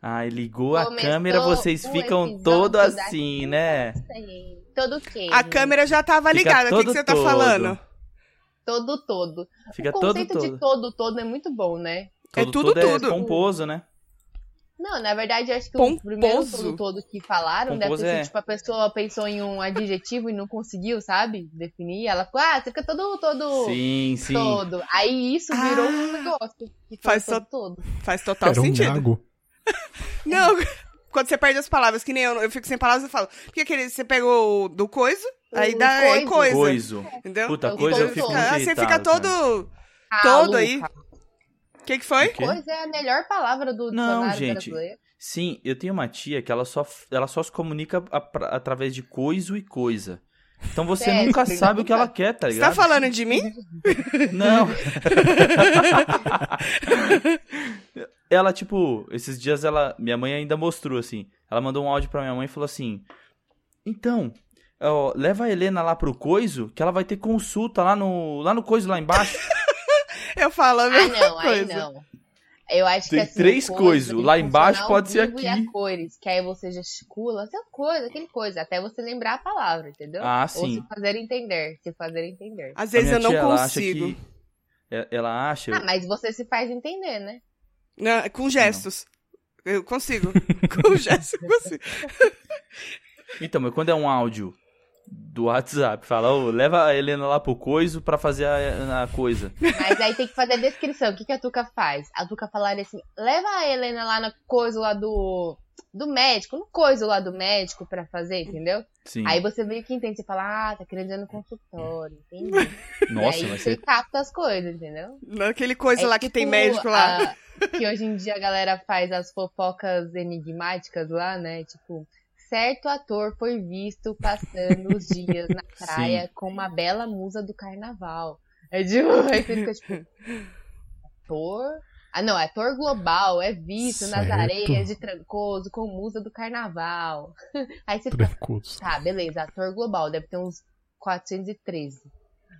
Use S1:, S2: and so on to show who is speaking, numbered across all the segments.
S1: Ai, ligou a
S2: Começou
S1: câmera, vocês
S2: o
S1: ficam
S2: episódio
S1: todo
S2: daqui
S1: assim, né?
S2: Sim, todo queijo.
S3: A câmera já tava
S1: Uhum. Fica
S3: ligada, o que,
S1: todo
S3: que você tá
S1: todo.
S3: falando?
S2: Todo, todo.
S1: Fica
S2: o
S1: todo
S2: conceito de
S1: todo.
S2: todo, todo é muito bom, né?
S3: É
S1: Todo,
S3: tudo,
S1: todo é
S3: tudo.
S1: pomposo, né?
S2: Não, na verdade, eu acho que
S3: Pomposo.
S2: o primeiro todo, todo que falaram
S1: Pomposo
S2: deve ter sido,
S1: é.
S2: tipo, a pessoa pensou em um adjetivo e não conseguiu, sabe? Definir. Ela ficou, ah, você fica todo, todo,
S1: Sim, sim.
S2: todo. Aí isso virou um
S3: Ah,
S2: negócio. Que foi
S3: faz
S2: todo, todo.
S3: Faz total
S4: Era um
S3: sentido.
S4: gago.
S3: Não, quando você perde as palavras, que nem eu, eu fico sem palavras, eu falo. Porque aquele, você pegou o do coisa, aí
S2: O
S3: dá é
S2: coiso.
S3: coisa.
S1: Coiso.
S3: Entendeu?
S1: Puta,
S2: Eu
S1: coisa eu
S2: tô-
S1: fico
S2: Ah,
S1: muito
S3: Ah, você fica
S1: irritado, cara. Tá
S3: todo.
S2: Ah,
S3: Todo
S2: Luca,
S3: aí. O que, que foi?
S1: O quê?
S2: Coisa é a melhor palavra do
S1: Não,
S2: dicionário
S1: gente.
S2: brasileiro.
S1: Sim, eu tenho uma tia que ela só, ela só se comunica a- através de coiso e coisa. Então você
S2: Sério,
S1: nunca
S2: filha
S1: sabe
S2: da
S1: o que ela
S2: puta.
S1: quer, tá
S3: Você tá
S1: ligado?
S3: falando de mim?
S1: Não. ela, tipo, esses dias ela. Minha mãe ainda mostrou, assim. Ela mandou um áudio pra minha mãe e falou assim: Então, ó, leva a Helena lá pro coiso, que ela vai ter consulta lá no, lá no coiso, lá embaixo.
S3: Eu falo a
S2: Ah,
S3: mesma
S2: não, aí
S3: coisa.
S2: não. Eu acho
S1: Tem
S2: que assim,
S1: três
S2: o
S1: coisas.
S2: ele
S1: Lá embaixo
S2: funciona ao
S1: pode ser
S2: vivo e a
S1: aqui.
S2: cores, que aí você gesticula, seu coisa, aquele coisa, até você lembrar a palavra, entendeu?
S1: ah,
S2: Ou
S1: sim. Ah,
S2: se fazer entender, se fazer entender.
S3: Às
S1: A
S3: vezes
S1: minha
S3: eu não
S1: tia, ela acha
S3: consigo.
S1: que- é- Ela acha.
S2: Ah, mas você se faz entender, né?
S3: Não, com gestos. Eu consigo. com gestos, eu consigo.
S1: Então, mas quando é um áudio do WhatsApp, fala, ô, leva a Helena lá pro coiso pra fazer a, a coisa.
S2: Mas aí tem que fazer a descrição. O que, que a Tuca faz? A Tuca falaria assim: leva a Helena lá na coisa lá do. Do médico, no coisa lá do médico pra fazer, entendeu?
S1: Sim.
S2: Aí você meio que entende, você fala, ah, tá querendo ir no consultório, entendi. e
S1: Nossa,
S2: aí
S1: mas
S2: você
S1: você.
S2: capta as coisas, entendeu?
S3: Naquele coisa
S2: É
S3: lá que
S2: tipo
S3: tem médico lá.
S2: a- que hoje em dia a galera faz as fofocas enigmáticas lá, né? Tipo, certo ator foi visto passando os dias na praia com uma bela musa do carnaval. É de aí você fica tipo, ator? Ah, não, é ator global, é visto nas
S4: Certo.
S2: areias de Trancoso com musa do carnaval. Aí você fica,
S4: Trancoso.
S2: tá, beleza, ator global, deve ter uns 413.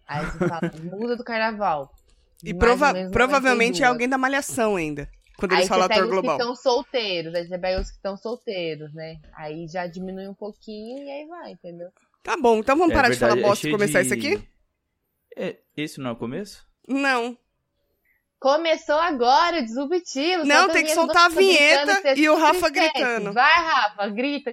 S2: Aí você fala, musa do carnaval.
S3: E
S2: mais
S3: prova-
S2: ou menos
S3: provavelmente é
S2: 92.
S3: alguém da malhação ainda. Quando
S2: assim, Aí
S3: eles falam
S2: você pega
S3: ator
S2: os
S3: global.
S2: que estão solteiros, aí você pega os que estão solteiros, né? Aí já diminui um pouquinho e aí vai, entendeu?
S3: Tá bom, então vamos
S1: É
S3: parar de
S1: verdade,
S3: falar
S1: é
S3: bosta e
S1: cheio
S3: começar
S1: de-
S3: isso aqui?
S1: É, esse não é o começo?
S3: Não.
S2: Começou agora o Disruptivo.
S3: Não,
S2: solta
S3: tem que
S2: vinheta,
S3: soltar a
S2: tô gritando,
S3: vinheta
S2: vocês
S3: e o Rafa
S2: esquecem.
S3: gritando.
S2: Vai, Rafa, grita.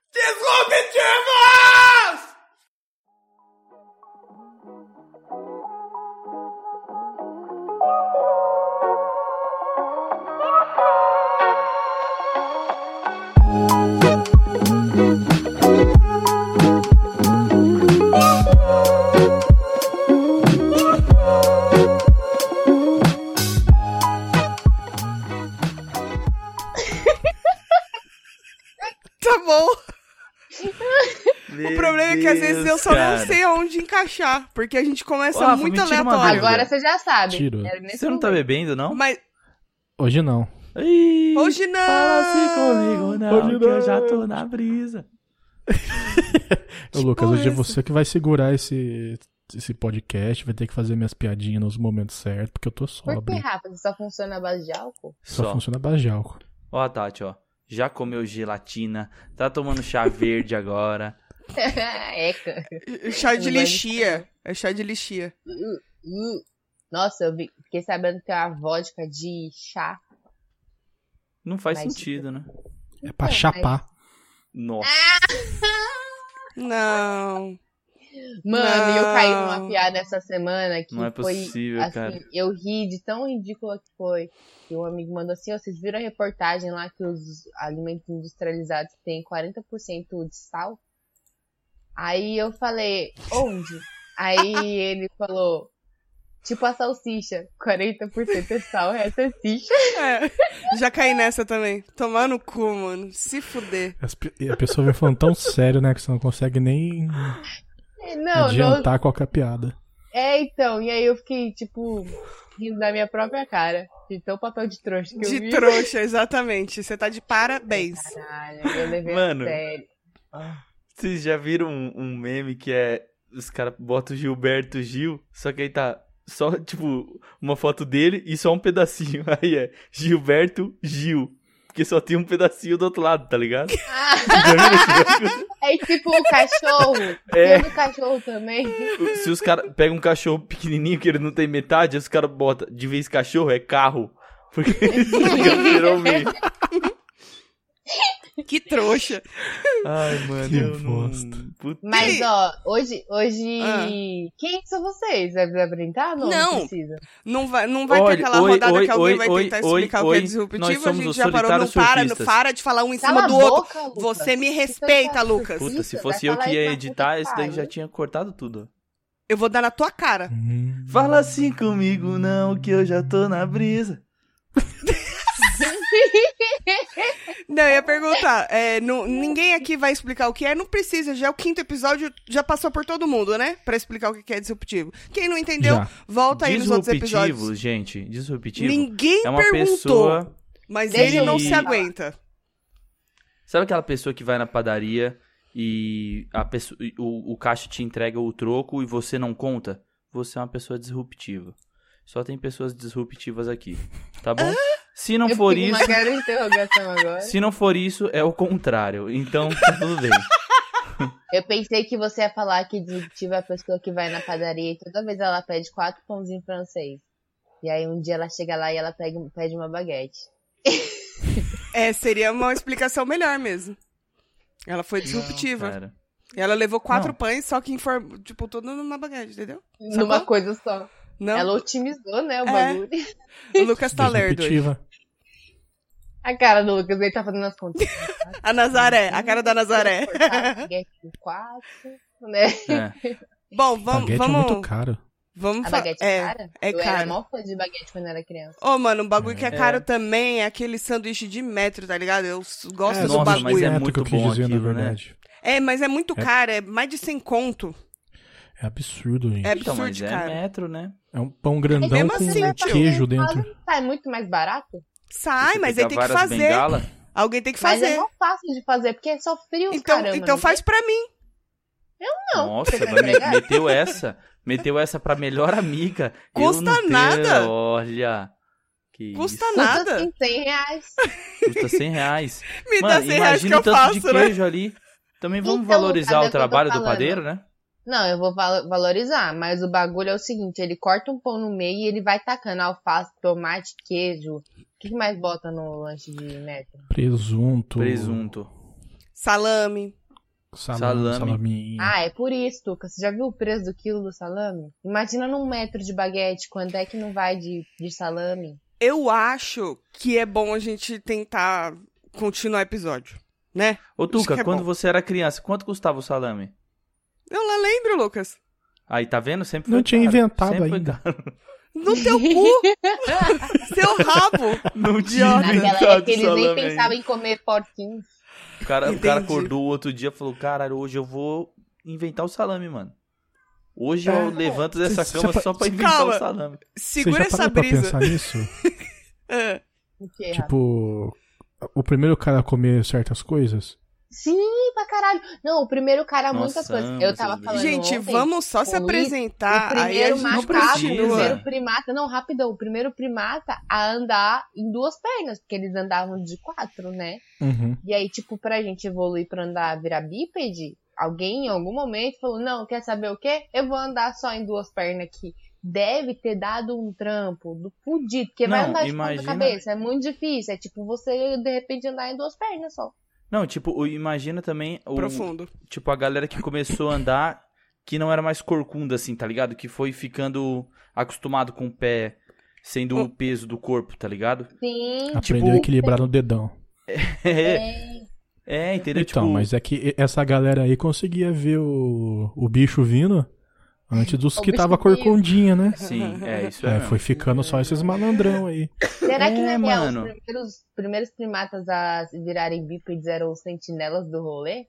S3: Tá bom.
S1: Meu
S3: o problema é que às vezes eu
S1: Deus,
S3: só
S1: cara.
S3: não sei aonde encaixar, porque a gente começa
S1: Ô, Rafa,
S3: muito
S1: me tira uma
S3: aleatório.
S1: dúvida.
S2: Agora você já sabe.
S4: Tiro.
S2: Era nesse
S1: Você não tá
S2: momento.
S1: bebendo, não?
S3: Mas
S4: Hoje não.
S1: Ih,
S3: hoje não.
S1: Fala assim comigo, não,
S4: Hoje
S1: que eu
S4: não.
S1: já tô na brisa.
S4: Ô, Lucas,
S3: porra
S4: hoje é
S3: é essa?
S4: você que vai segurar esse, esse podcast, vai ter que fazer minhas piadinhas nos momentos certos, porque eu tô
S2: Por que,
S4: sóbrio.
S2: Rafa? Você só funciona à base de álcool?
S4: Só,
S1: Só.
S4: funciona base de álcool.
S1: Ó, a Tati, ó. Já comeu gelatina, tá tomando chá verde agora.
S2: É, Eca.
S3: Chá de
S2: Não vai
S3: lixia. É chá de lixia.
S2: Hum. Nossa, eu vi- fiquei sabendo que é uma vodka de chá.
S1: Não faz
S2: Mas-
S1: sentido, né?
S4: É pra
S2: Então,
S3: É,
S4: chapar.
S1: Nossa.
S3: Não.
S2: Mano, e eu caí
S3: Não.
S2: numa piada essa semana que
S1: Não é
S2: foi
S1: possível,
S2: assim,
S1: cara.
S2: eu ri de tão ridícula que foi. E um amigo mandou assim, ó, vocês viram a reportagem lá que os alimentos industrializados têm 40% de sal? Aí eu falei, onde? Aí ele falou, tipo a salsicha, 40% é sal, é salsicha.
S3: É, já caí nessa também. Tomar no cu, mano. Se fuder.
S4: As pe- e A pessoa vem falando tão sério, né, que você não consegue nem
S2: Não, não,
S4: adiantar qualquer piada.
S2: é então, e aí eu fiquei, tipo, rindo da minha própria cara. De tão papel de trouxa que eu
S3: De
S2: vi.
S3: trouxa, exatamente. Você tá de parabéns.
S2: Caralho, Ah, eu levei
S1: Mano.
S2: a sério.
S1: Vocês já viram um, um meme que é. Os caras botam o Gilberto Gil, só que aí tá só, tipo, uma foto dele e só um pedacinho. Aí é Gilberto Gil. Porque só tinha um pedacinho do outro lado, tá ligado?
S2: É tipo o cachorro.
S1: É.
S2: É. Todo cachorro também.
S1: Se os caras pegam um cachorro pequenininho que ele não tem metade, aí os caras botam, de vez cachorro, é carro. Porque eles ligam, virou um meio.
S3: Que trouxa.
S1: Ai, mano,
S4: Que
S1: eu não...
S4: bosta.
S1: Puta-
S2: Mas,
S3: E-
S2: ó, hoje. hoje...
S3: Ah.
S2: Quem são vocês? Vai vai brincar? Não,
S3: Não.
S2: precisa.
S3: Não vai, não vai
S1: Olha,
S3: ter aquela
S1: oi,
S3: rodada
S1: oi,
S3: que alguém
S1: oi,
S3: vai
S1: oi,
S3: tentar
S1: oi,
S3: explicar o que
S1: oi.
S3: é
S1: Nós
S3: disruptivo. A
S1: somos
S3: gente
S1: os
S3: já parou. Não
S1: solitários
S3: para, não
S1: surfistas.
S3: para de falar um em
S2: Cala
S3: cima
S2: a
S3: do outro.
S2: boca, Lucas.
S3: Você me
S2: Você
S3: respeita,
S2: tá-
S3: Lucas.
S1: Puta, se
S2: Isso,
S1: fosse
S2: vai
S1: eu que
S2: falar
S1: ia
S2: isso na né? puta
S1: editar,
S2: que
S1: esse daí já
S2: pariu.
S1: tinha cortado tudo.
S3: Eu vou dar na tua cara.
S4: Hum.
S1: Fala assim comigo, não, que eu já tô na brisa.
S3: Não, eu ia perguntar. é, não- ninguém aqui vai explicar o que é, não precisa. Já é o quinto episódio, já passou por todo mundo, né? Pra explicar o que é disruptivo. Quem não entendeu,
S4: Já.
S3: volta aí nos outros
S1: Disruptivo,
S3: episódios.
S1: gente, disruptivo.
S3: Ninguém
S1: é uma
S3: perguntou,
S1: pessoa.
S3: mas
S2: Deixa
S3: ele
S1: eu
S3: não se
S1: falar.
S3: aguenta.
S1: Sabe aquela pessoa que vai na padaria e a pessoa, e o, o caixa te entrega o troco e você não conta? Você é uma pessoa disruptiva. Só tem pessoas disruptivas aqui, tá bom? Se não
S2: eu
S1: for
S2: fiquei com
S1: isso,
S2: Uma grande interrogação agora.
S1: se não for isso, é o contrário. Então, tá tudo bem.
S2: Eu pensei que você ia falar que disruptivo é a pessoa que vai na padaria e toda vez ela pede quatro pães em francês. E aí um dia ela chega lá e ela pega, pede uma baguete.
S3: É, seria uma explicação melhor mesmo. Ela foi disruptiva.
S1: Cara.
S3: Ela levou quatro
S1: Não.
S3: pães, só que em forma, tipo, tudo numa baguete, entendeu?
S2: Numa coisa só.
S3: Não,
S2: Ela otimizou, né, o
S3: É.
S2: bagulho.
S3: o Lucas tá lerdo. hoje.
S4: Disruptiva.
S2: A cara do Lucas, ele tá fazendo as contas.
S3: A Nazaré, a cara da Nazaré.
S2: Cortar baguete em quatro, né?
S1: É.
S3: Bom, vamos,
S4: Baguete é
S3: vamos,
S4: muito caro.
S3: vamos
S2: A
S3: fa-
S2: baguete
S3: é,
S2: cara?
S3: é
S2: eu
S3: cara.
S2: era mó fã de baguete quando era criança.
S3: Ô, mano, um bagulho que é
S1: É.
S3: caro também é aquele sanduíche de metro, tá ligado? Eu s- gosto
S1: É,
S3: do
S1: nossa, mas
S3: bagulho.
S1: é
S4: direto
S1: muito
S4: que eu quis
S1: bom
S4: dizer,
S1: aquilo,
S4: na
S1: né?
S4: verdade.
S3: É, mas é muito caro, é mais de 100 conto.
S4: É absurdo, gente.
S3: É
S1: Então,
S3: absurdo,
S1: mas
S3: de
S1: é
S3: cara.
S1: metro, né?
S4: É um pão grandão
S3: mesmo
S4: com
S3: assim, né, tio?
S2: Fala,
S4: queijo dentro.
S2: Tá, é muito mais barato?
S3: Sai,
S1: Você
S3: mas aí
S1: pegar
S3: tem que
S1: várias
S3: fazer.
S1: bengala,
S3: Alguém tem que
S2: Mas é
S3: fazer.
S2: mó fácil de fazer, porque é só frio,
S3: então,
S2: caramba. né?
S3: então
S2: não
S3: faz pra mim.
S2: Não,
S1: Nossa,
S2: você vai
S1: mas me-
S2: entregar?
S1: meteu essa. Meteu essa pra melhor amiga. Eu
S3: Custa
S1: não tenho,
S3: nada.
S1: Olha. Que
S3: Custa
S1: isso.
S2: Custa,
S3: nada.
S2: assim, 100 reais.
S1: Custa 100 reais.
S3: Me dá
S1: Mano,
S3: 100 reais que
S1: imagina
S3: eu
S1: o tanto de
S3: faço, né?
S1: queijo ali. Também vamos
S2: Então,
S1: valorizar
S2: cara,
S1: o
S2: é o que eu tô
S1: trabalho do
S2: falando.
S1: padeiro, né?
S2: Não, eu vou valo- valorizar, mas o bagulho é o seguinte, ele corta um pão no meio e ele vai tacando alface, tomate, queijo. O que que mais bota no lanche de metro?
S4: Presunto.
S1: Presunto.
S3: Salame.
S4: Salame.
S1: Salame.
S4: Salaminho.
S2: Ah, é por isso, Tuca. Você já viu o preço do quilo do salame? Imagina num metro de baguete, quanto é que não vai de, de salame?
S3: Eu acho que é bom a gente tentar continuar o episódio, né?
S1: Ô,
S3: Isso que
S1: Tuca,
S3: é
S1: quando
S3: bom.
S1: você era criança, quanto custava o salame?
S3: Eu lá lembro, Lucas.
S1: Aí, tá vendo? Sempre foi
S4: Não tinha
S1: caro.
S4: inventado
S1: Sempre foi
S4: ainda.
S3: No teu cu, seu rabo.
S1: caro. Não tinha
S3: Idiota.
S2: Naquela
S1: inventado
S2: época é eles nem
S1: tá salame
S2: pensavam em comer porquinho.
S1: ainda. O cara, o cara
S3: Entendi.
S1: acordou outro dia e falou, caralho, hoje eu vou inventar o salame, mano. Hoje
S4: É.
S1: eu levanto dessa
S4: Você-
S1: cama
S4: você-
S1: só pra inventar
S3: Calma.
S1: o salame.
S3: Segura
S4: Você já
S3: essa
S4: parou pra
S3: brisa.
S4: pensar nisso?
S3: Ah,
S2: O quê, Rafa?
S4: tipo, o primeiro cara a comer certas coisas?
S2: Sim, pra caralho. Não, o primeiro cara,
S1: Nossa,
S2: muitas coisas.
S1: amo
S2: Eu tava
S1: essas
S2: falando
S3: Gente,
S2: ontem,
S3: vamos só se
S2: Luiz,
S3: apresentar.
S2: o primeiro
S3: aí a gente não
S1: macaco,
S3: precisa.
S2: o primeiro
S1: Continua.
S2: primata, não, rapidão, o primeiro primata a andar em duas pernas, porque eles andavam de quatro, né?
S4: Uhum.
S2: E aí, tipo, pra gente evoluir pra andar, virar bípede, alguém em algum momento falou, não, quer saber o quê? Eu vou andar só em duas pernas aqui. Deve ter dado um trampo do fudido, porque vai
S1: Não,
S2: andar de
S1: imagina-
S2: ponta cabeça, é muito difícil, é tipo você, de repente, andar em duas pernas só.
S1: Não, tipo, o- imagina também o,
S3: Profundo.
S1: tipo, a galera que começou a andar que não era mais corcunda, assim, tá ligado? Que foi ficando acostumado com o pé sendo o peso do corpo, tá ligado?
S2: Sim,
S4: Aprendeu a equilibrar no dedão.
S1: É, é entendeu?
S4: então,
S1: tipo,
S4: mas é que essa galera aí conseguia ver o, o bicho vindo antes dos
S2: O
S4: que
S2: bicho
S4: tava
S2: vindo.
S4: corcundinha, né?
S1: Sim, é isso. É,
S4: É,
S1: mesmo.
S4: foi ficando só esses malandrão aí.
S2: Será que
S1: É,
S2: na real,
S1: mano.
S2: os primeiros, primeiros primatas a virarem bípedes eram os sentinelas do rolê?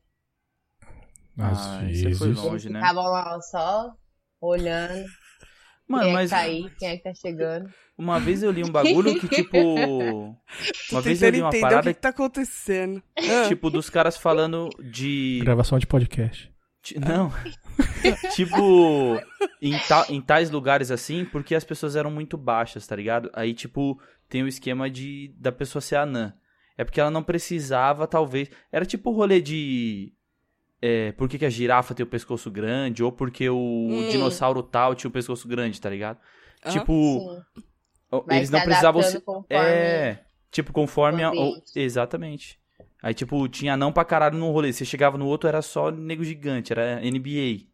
S4: Às
S1: Ah, isso aí
S4: vezes.
S1: foi bom.
S2: Eles
S1: Longe, né?
S2: ficavam lá só, olhando,
S1: Mano,
S2: quem
S1: mas Tipo,
S2: é que tá aí, quem é que tá chegando.
S1: uma vez eu li um bagulho que, tipo. Uma
S3: Tô
S1: vez eu
S3: tentando
S1: li uma
S3: entender o
S1: parada,
S3: que que tá acontecendo. Ah,
S1: tipo, dos caras falando de.
S4: Gravação de podcast.
S1: Ti- Não. tipo, em, ta- em tais lugares assim, porque as pessoas eram muito baixas, tá ligado? Aí, tipo, tem o esquema de da pessoa ser anã. É porque ela não precisava, talvez. Era tipo o rolê de. É, por que, que a girafa tem o pescoço grande? Ou porque o
S3: Hum.
S1: dinossauro tal tinha o pescoço grande, tá ligado?
S3: Aham.
S1: Tipo,
S2: Sim. Vai
S1: eles
S2: se
S1: não precisavam. se-
S2: adaptando conforme-
S1: É, tipo, conforme.
S2: o
S1: a- o-
S2: ambiente.
S1: exatamente. Aí, tipo, tinha anão pra caralho num rolê. Você chegava no outro, era só nego gigante, era NBA.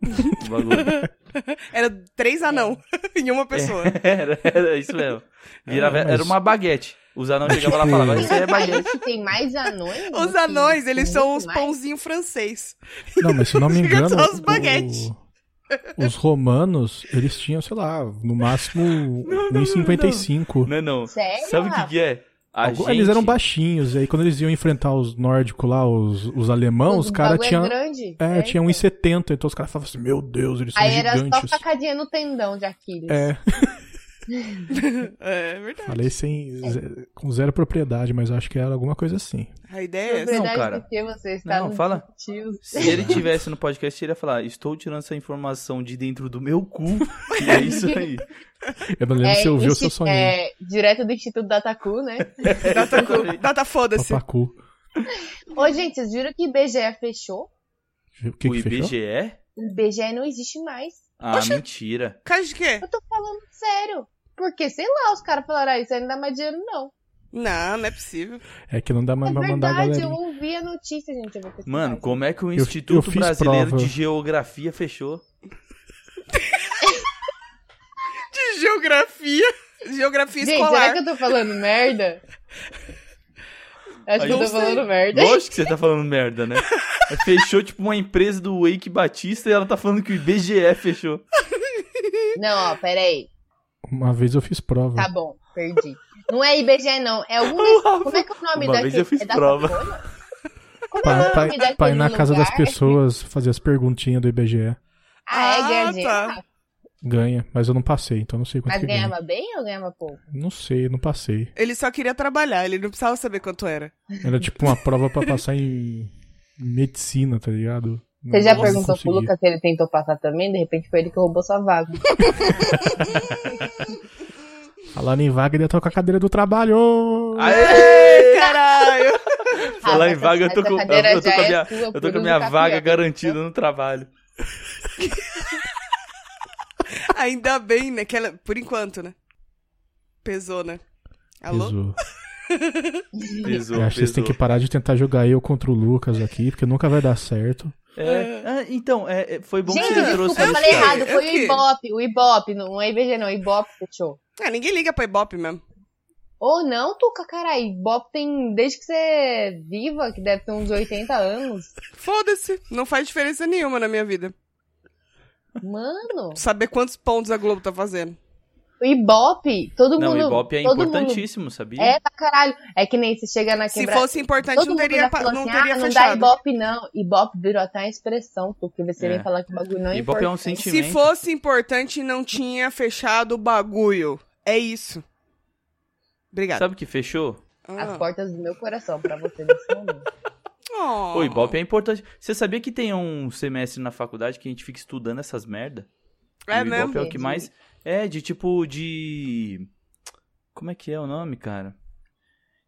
S1: o bagulho.
S3: Era três anão
S1: é.
S3: em uma pessoa.
S1: Era, era isso mesmo. Virava,
S4: É, mas-
S1: era uma baguete. Os anãos chegavam lá e falavam,
S2: Mas
S1: isso aí é
S2: no
S1: baguete.
S2: país que tem mais anões? do
S3: Os
S2: que-
S3: anões, eles
S2: tem
S3: são
S2: muito
S3: os
S2: mais?
S3: pãozinhos francês.
S4: Não, mas se eu não me
S3: Fica
S4: engano.
S3: só os
S4: o-
S3: baguetes.
S4: os romanos, eles tinham, sei lá, no máximo
S1: Não, não, não,
S4: 1,55.
S1: Não, é não.
S2: Sério?
S1: Sabe o que, que é? A
S4: Algum-
S1: gente-
S4: Eles eram baixinhos, e aí quando eles iam enfrentar os nórdicos lá, os, os alemãos, os caras
S2: bagulho é
S4: tinham.
S2: grande.
S4: É, tinha
S2: então.
S4: 1,70, então os caras falavam assim, meu Deus, eles são
S2: Aí era só
S4: gigantes.
S2: facadinha no tendão de Aquiles.
S4: É,
S3: É verdade.
S4: falei sem, ze- com zero propriedade, mas acho que era alguma coisa assim.
S3: A ideia é essa.
S1: Não,
S2: Propriedade
S1: cara.
S2: do que você está
S1: Não,
S2: no
S1: fala.
S2: disruptivo.
S1: Se ele tivesse no podcast, ele ia falar, estou tirando essa informação de dentro do meu cu. e é isso aí.
S4: Eu não lembro se eu vi ou se eu
S2: insti-
S4: sonhei.
S2: é, direto do Instituto Dataku, né?
S3: Data, data foda-se.
S4: Papacu.
S2: Ô, gente, vocês viram que IBGE fechou?
S4: O que,
S1: o
S4: que fechou?
S1: IBGE?
S2: O IBGE não existe mais.
S1: Ah,
S3: Oxe.
S1: mentira.
S3: Cara de quê?
S2: Eu tô falando sério. Porque, sei lá, os caras falaram, ah, isso aí não dá mais dinheiro, não.
S3: Não, não é possível.
S4: É que não dá mais
S2: é
S4: pra mandar a
S2: verdade, eu
S4: galera.
S2: ouvi a notícia, gente. Eu vou pesquisar.
S1: Mano, como é que o
S4: eu
S1: Instituto
S4: fiz
S1: Brasileiro
S4: prova.
S1: de Geografia fechou?
S3: De geografia. Geografia
S2: gente, será
S3: escolar.
S2: que eu tô falando merda? Acho
S1: Aí
S2: que eu
S1: não
S2: tô
S1: sei.
S2: falando merda.
S1: Lógico que você tá falando merda, né? Mas Fechou tipo uma empresa do Wake Batista e ela tá falando que o IBGE fechou.
S2: Não, ó, peraí.
S4: Uma vez eu fiz prova.
S2: Tá bom, perdi. Não é IBGE, não. É algum... des-
S1: Rafa-
S2: Como é que é o nome
S1: Uma
S2: daqui?
S1: vez eu fiz
S2: é da
S1: prova.
S2: Folha? Como é o
S4: Pra, pra-
S2: nome daquele
S4: pra ir na casa
S2: lugar?
S4: das pessoas fazer as perguntinhas do IBGE.
S2: Ah, é,
S3: Ah,
S2: ganha dinheiro.
S3: tá.
S4: Ganha, mas eu não passei, então não sei quanto
S2: Mas
S4: que ganha.
S2: ganhava bem ou ganhava pouco?
S4: Não sei, não passei.
S3: Ele só queria trabalhar, ele não precisava saber quanto era.
S4: Era tipo uma prova pra passar em medicina, tá ligado?
S2: Você já
S4: Não
S2: perguntou pro
S4: consegui.
S2: Lucas se ele tentou passar também? De repente foi ele que roubou sua vaga.
S4: Falando em vaga, ele ia tocar a cadeira do trabalho.
S1: Aê!
S3: Caralho!
S1: Falar em
S2: Ah, essa-
S1: vaga, eu tô
S2: essa
S1: com,
S2: cadeira
S1: eu tô
S2: já
S1: com a
S2: é
S1: minha,
S2: sua,
S1: eu tô
S2: por
S1: com a
S2: uso
S1: minha vaga
S2: capião.
S1: garantida no trabalho.
S3: Ainda bem, né? Que ela, por enquanto, né? Pesou, né? Alô?
S4: Pesou.
S1: Pesou,
S4: Eu acho que vocês têm que
S1: pesou.
S4: parar de tentar jogar eu contra o Lucas aqui, porque nunca vai dar certo.
S1: É, ah, então, é, é, foi bom
S2: Gente,
S1: que você trouxe
S2: desculpa, eu
S1: isso,
S2: falei
S1: cara.
S2: errado.
S3: Eu
S2: Foi É o
S3: que-
S2: Ibope. O Ibope, não é IBG não. O Ibope fechou.
S3: Ah, ninguém liga pra Ibope mesmo.
S2: Ou não, Tuca, caralho. Ibope tem, desde que você é viva, que deve ter uns 80 anos.
S3: Foda-se, não faz diferença nenhuma na minha vida.
S2: Mano,
S3: Saber quantos pontos a Globo tá fazendo.
S2: o Ibope, todo
S1: Não, o
S2: mundo...
S1: Ibope é
S2: todo mundo-
S1: importantíssimo, sabia?
S2: É pra caralho. É que nem você chega na
S3: Se
S2: quebra...
S3: fosse importante,
S2: Todo
S3: não
S2: mundo
S3: teria,
S2: já
S3: pa-
S2: falou
S3: não
S2: assim,
S3: teria
S2: ah, não dá
S3: fechado.
S2: Ibope não. Ibope virou até uma expressão, porque você
S1: É.
S2: vem falar que o bagulho não é
S1: Ibope é um
S2: importante.
S1: sentimento.
S3: Se fosse importante, não tinha fechado o bagulho. É isso. Obrigada. Ah.
S1: Sabe o que fechou?
S3: um-
S2: As portas do meu coração pra você nesse momento.
S3: Oh.
S1: O Ibope é importante. Você sabia que tem um semestre na faculdade que a gente fica estudando essas merda? E
S3: É
S1: o Ibope
S3: mesmo?
S1: é o que mais... É, de tipo de... Como é que é o nome, cara?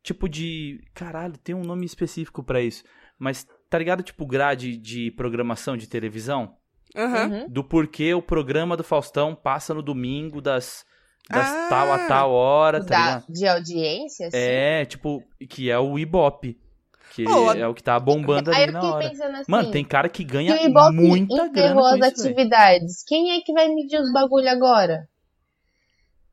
S1: Tipo de... Caralho, tem um nome específico pra isso. Mas tá ligado tipo grade de programação de televisão?
S3: Aham.
S2: Uhum.
S1: do porquê o programa do Faustão passa no domingo das, das
S3: Ah!
S1: tal a tal hora, tá
S2: Da,
S1: ligado?
S2: de audiência, assim.
S1: É, tipo, que é o Ibope. Que
S3: Oh,
S1: é o que tá bombando
S2: Aí
S1: ali
S2: eu
S1: na
S2: fiquei
S1: hora.
S2: pensando assim.
S1: Mano, tem cara que
S2: que
S1: ganha
S2: o Ibope
S1: é muita grana
S2: enterrou
S1: com
S2: as
S1: isso, velho.
S2: atividades. Quem é que vai medir os bagulho agora?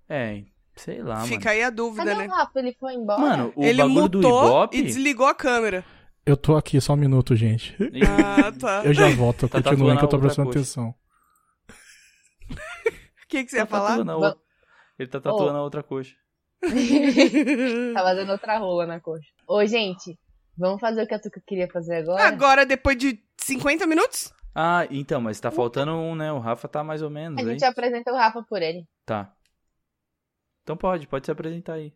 S1: É, sei lá,
S3: Fica aí a dúvida,
S2: Cadê
S3: né?
S2: o Rafa? Ele foi embora?
S1: mano. Mano, o
S3: Ele
S1: bagulho do
S3: mutou
S1: Ibope...
S3: e desligou a câmera.
S4: Eu tô aqui, só um minuto, gente.
S3: Ah, tá.
S4: Eu já volto,
S1: Tá
S4: continuem que eu tô
S1: tatuando a outra
S4: prestando
S1: coxa.
S4: atenção.
S3: O que, que você
S1: Tá
S3: ia falar?
S1: tatuando a outra- Ele tá tatuando
S2: Oh.
S1: a outra coxa.
S2: Tava dando outra rola na coxa. Ô, gente, vamos fazer o que a Tuca queria fazer agora?
S3: Agora, depois de 50 minutos?
S1: Ah, então, mas tá faltando um, né? O Rafa tá mais ou menos
S2: A
S1: aí.
S2: gente apresenta o Rafa por ele.
S1: Tá. Então pode, pode se apresentar aí.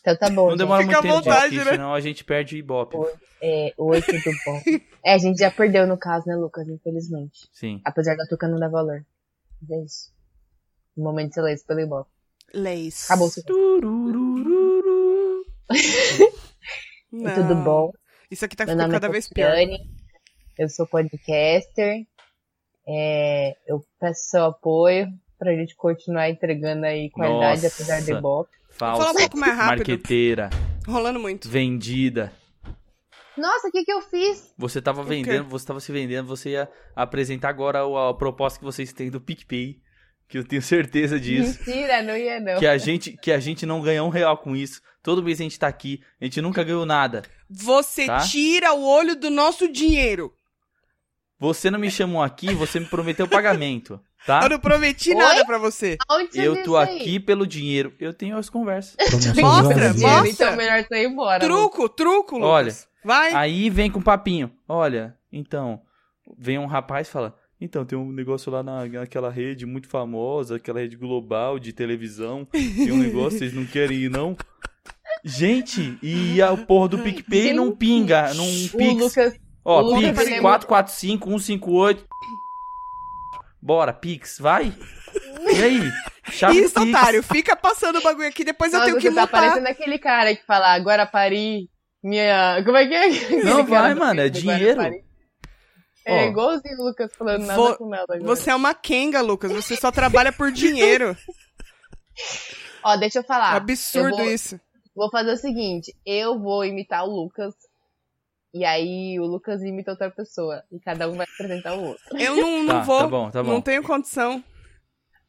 S2: Então tá bom.
S1: Não demora
S3: Fica à
S1: muito tempo,
S3: vontade,
S1: gente,
S3: né?
S1: senão a gente perde o Ibope.
S2: gente. É, oito do bom. É, a gente já perdeu no caso, né, Lucas? Infelizmente.
S1: Sim.
S2: Apesar da Tuca não dar valor. Mas É isso. Um momento de silêncio pelo Ibope.
S3: Leis.
S2: Acabou o seu
S1: Tururururu.
S2: Oi, É tudo
S3: Não.
S2: bom?
S3: Isso aqui tá
S2: Meu
S3: ficando
S2: nome
S3: cada
S2: é
S3: vez pior.
S2: Cristiane, eu sou podcaster. É, eu peço seu apoio pra gente continuar entregando aí qualidade
S1: Nossa.
S2: apesar de bop.
S3: Fala um
S1: Falsa.
S3: pouco mais rápido.
S1: Marqueteira.
S3: Rolando muito.
S1: Vendida.
S2: Nossa, o que que eu fiz?
S1: Você tava
S3: quê?
S1: vendendo, você tava se vendendo, você ia apresentar agora o- a proposta que vocês têm do PicPay. Que eu tenho certeza disso.
S2: Mentira, não ia não.
S1: que, a gente, que a gente não ganha um real com isso. Todo mês a gente tá aqui, a gente nunca ganhou nada.
S3: Você
S1: Tá?
S3: tira o olho do nosso dinheiro.
S1: Você não me chamou aqui, você me prometeu pagamento,
S3: Eu
S1: tá?
S3: não prometi
S2: Oi?
S3: nada pra você.
S2: Aonde você viu
S1: Eu tô
S2: isso aí?
S1: aqui pelo dinheiro. Eu tenho as conversas.
S4: Promessas
S3: Mostra,
S4: vazias.
S2: Dinheiro,
S3: mostra.
S2: Então é melhor você ir embora. Lucas.
S3: Truco, truco, Lucas. Vai.
S2: É.
S1: Aí vem com papinho. Olha, então, vem um rapaz e fala: Então, tem um negócio lá na, naquela rede muito famosa, aquela rede global de televisão. Tem um negócio, vocês não querem ir, não? Gente, e a porra do PicPay não
S2: Gente,
S1: pinga, não
S2: O
S1: Ah, pix.
S2: Lucas,
S1: Ó,
S2: o Lucas é
S1: Pix
S2: lembra-
S1: 445 158. Bora, Pix, vai. E aí? Chave
S3: Isso,
S1: do Pix.
S3: otário. Fica passando o bagulho aqui, depois eu
S2: nossa,
S3: tenho que
S2: você tá
S3: mutar.
S2: parecendo aquele cara que fala Guarapari, minha... Como é que é? Aquele
S1: Não,
S2: cara
S1: vai,
S2: do
S1: mano, é
S2: do
S1: dinheiro.
S2: Guarapari. É
S1: Ó.
S2: igualzinho o Lucas falando nada
S3: Vo-
S2: com nada agora.
S3: Você é uma kenga, Lucas. Você só trabalha por dinheiro.
S2: Ó, deixa Tá, eu falar.
S1: Tá
S3: Absurdo
S2: eu vou-
S3: isso.
S2: Vou fazer o seguinte, eu vou imitar o Lucas. E aí o Lucas imita outra pessoa. E cada um vai apresentar o outro.
S3: Eu não, não
S1: Tá,
S3: vou.
S1: tá bom, tá bom.
S3: Não tenho condição.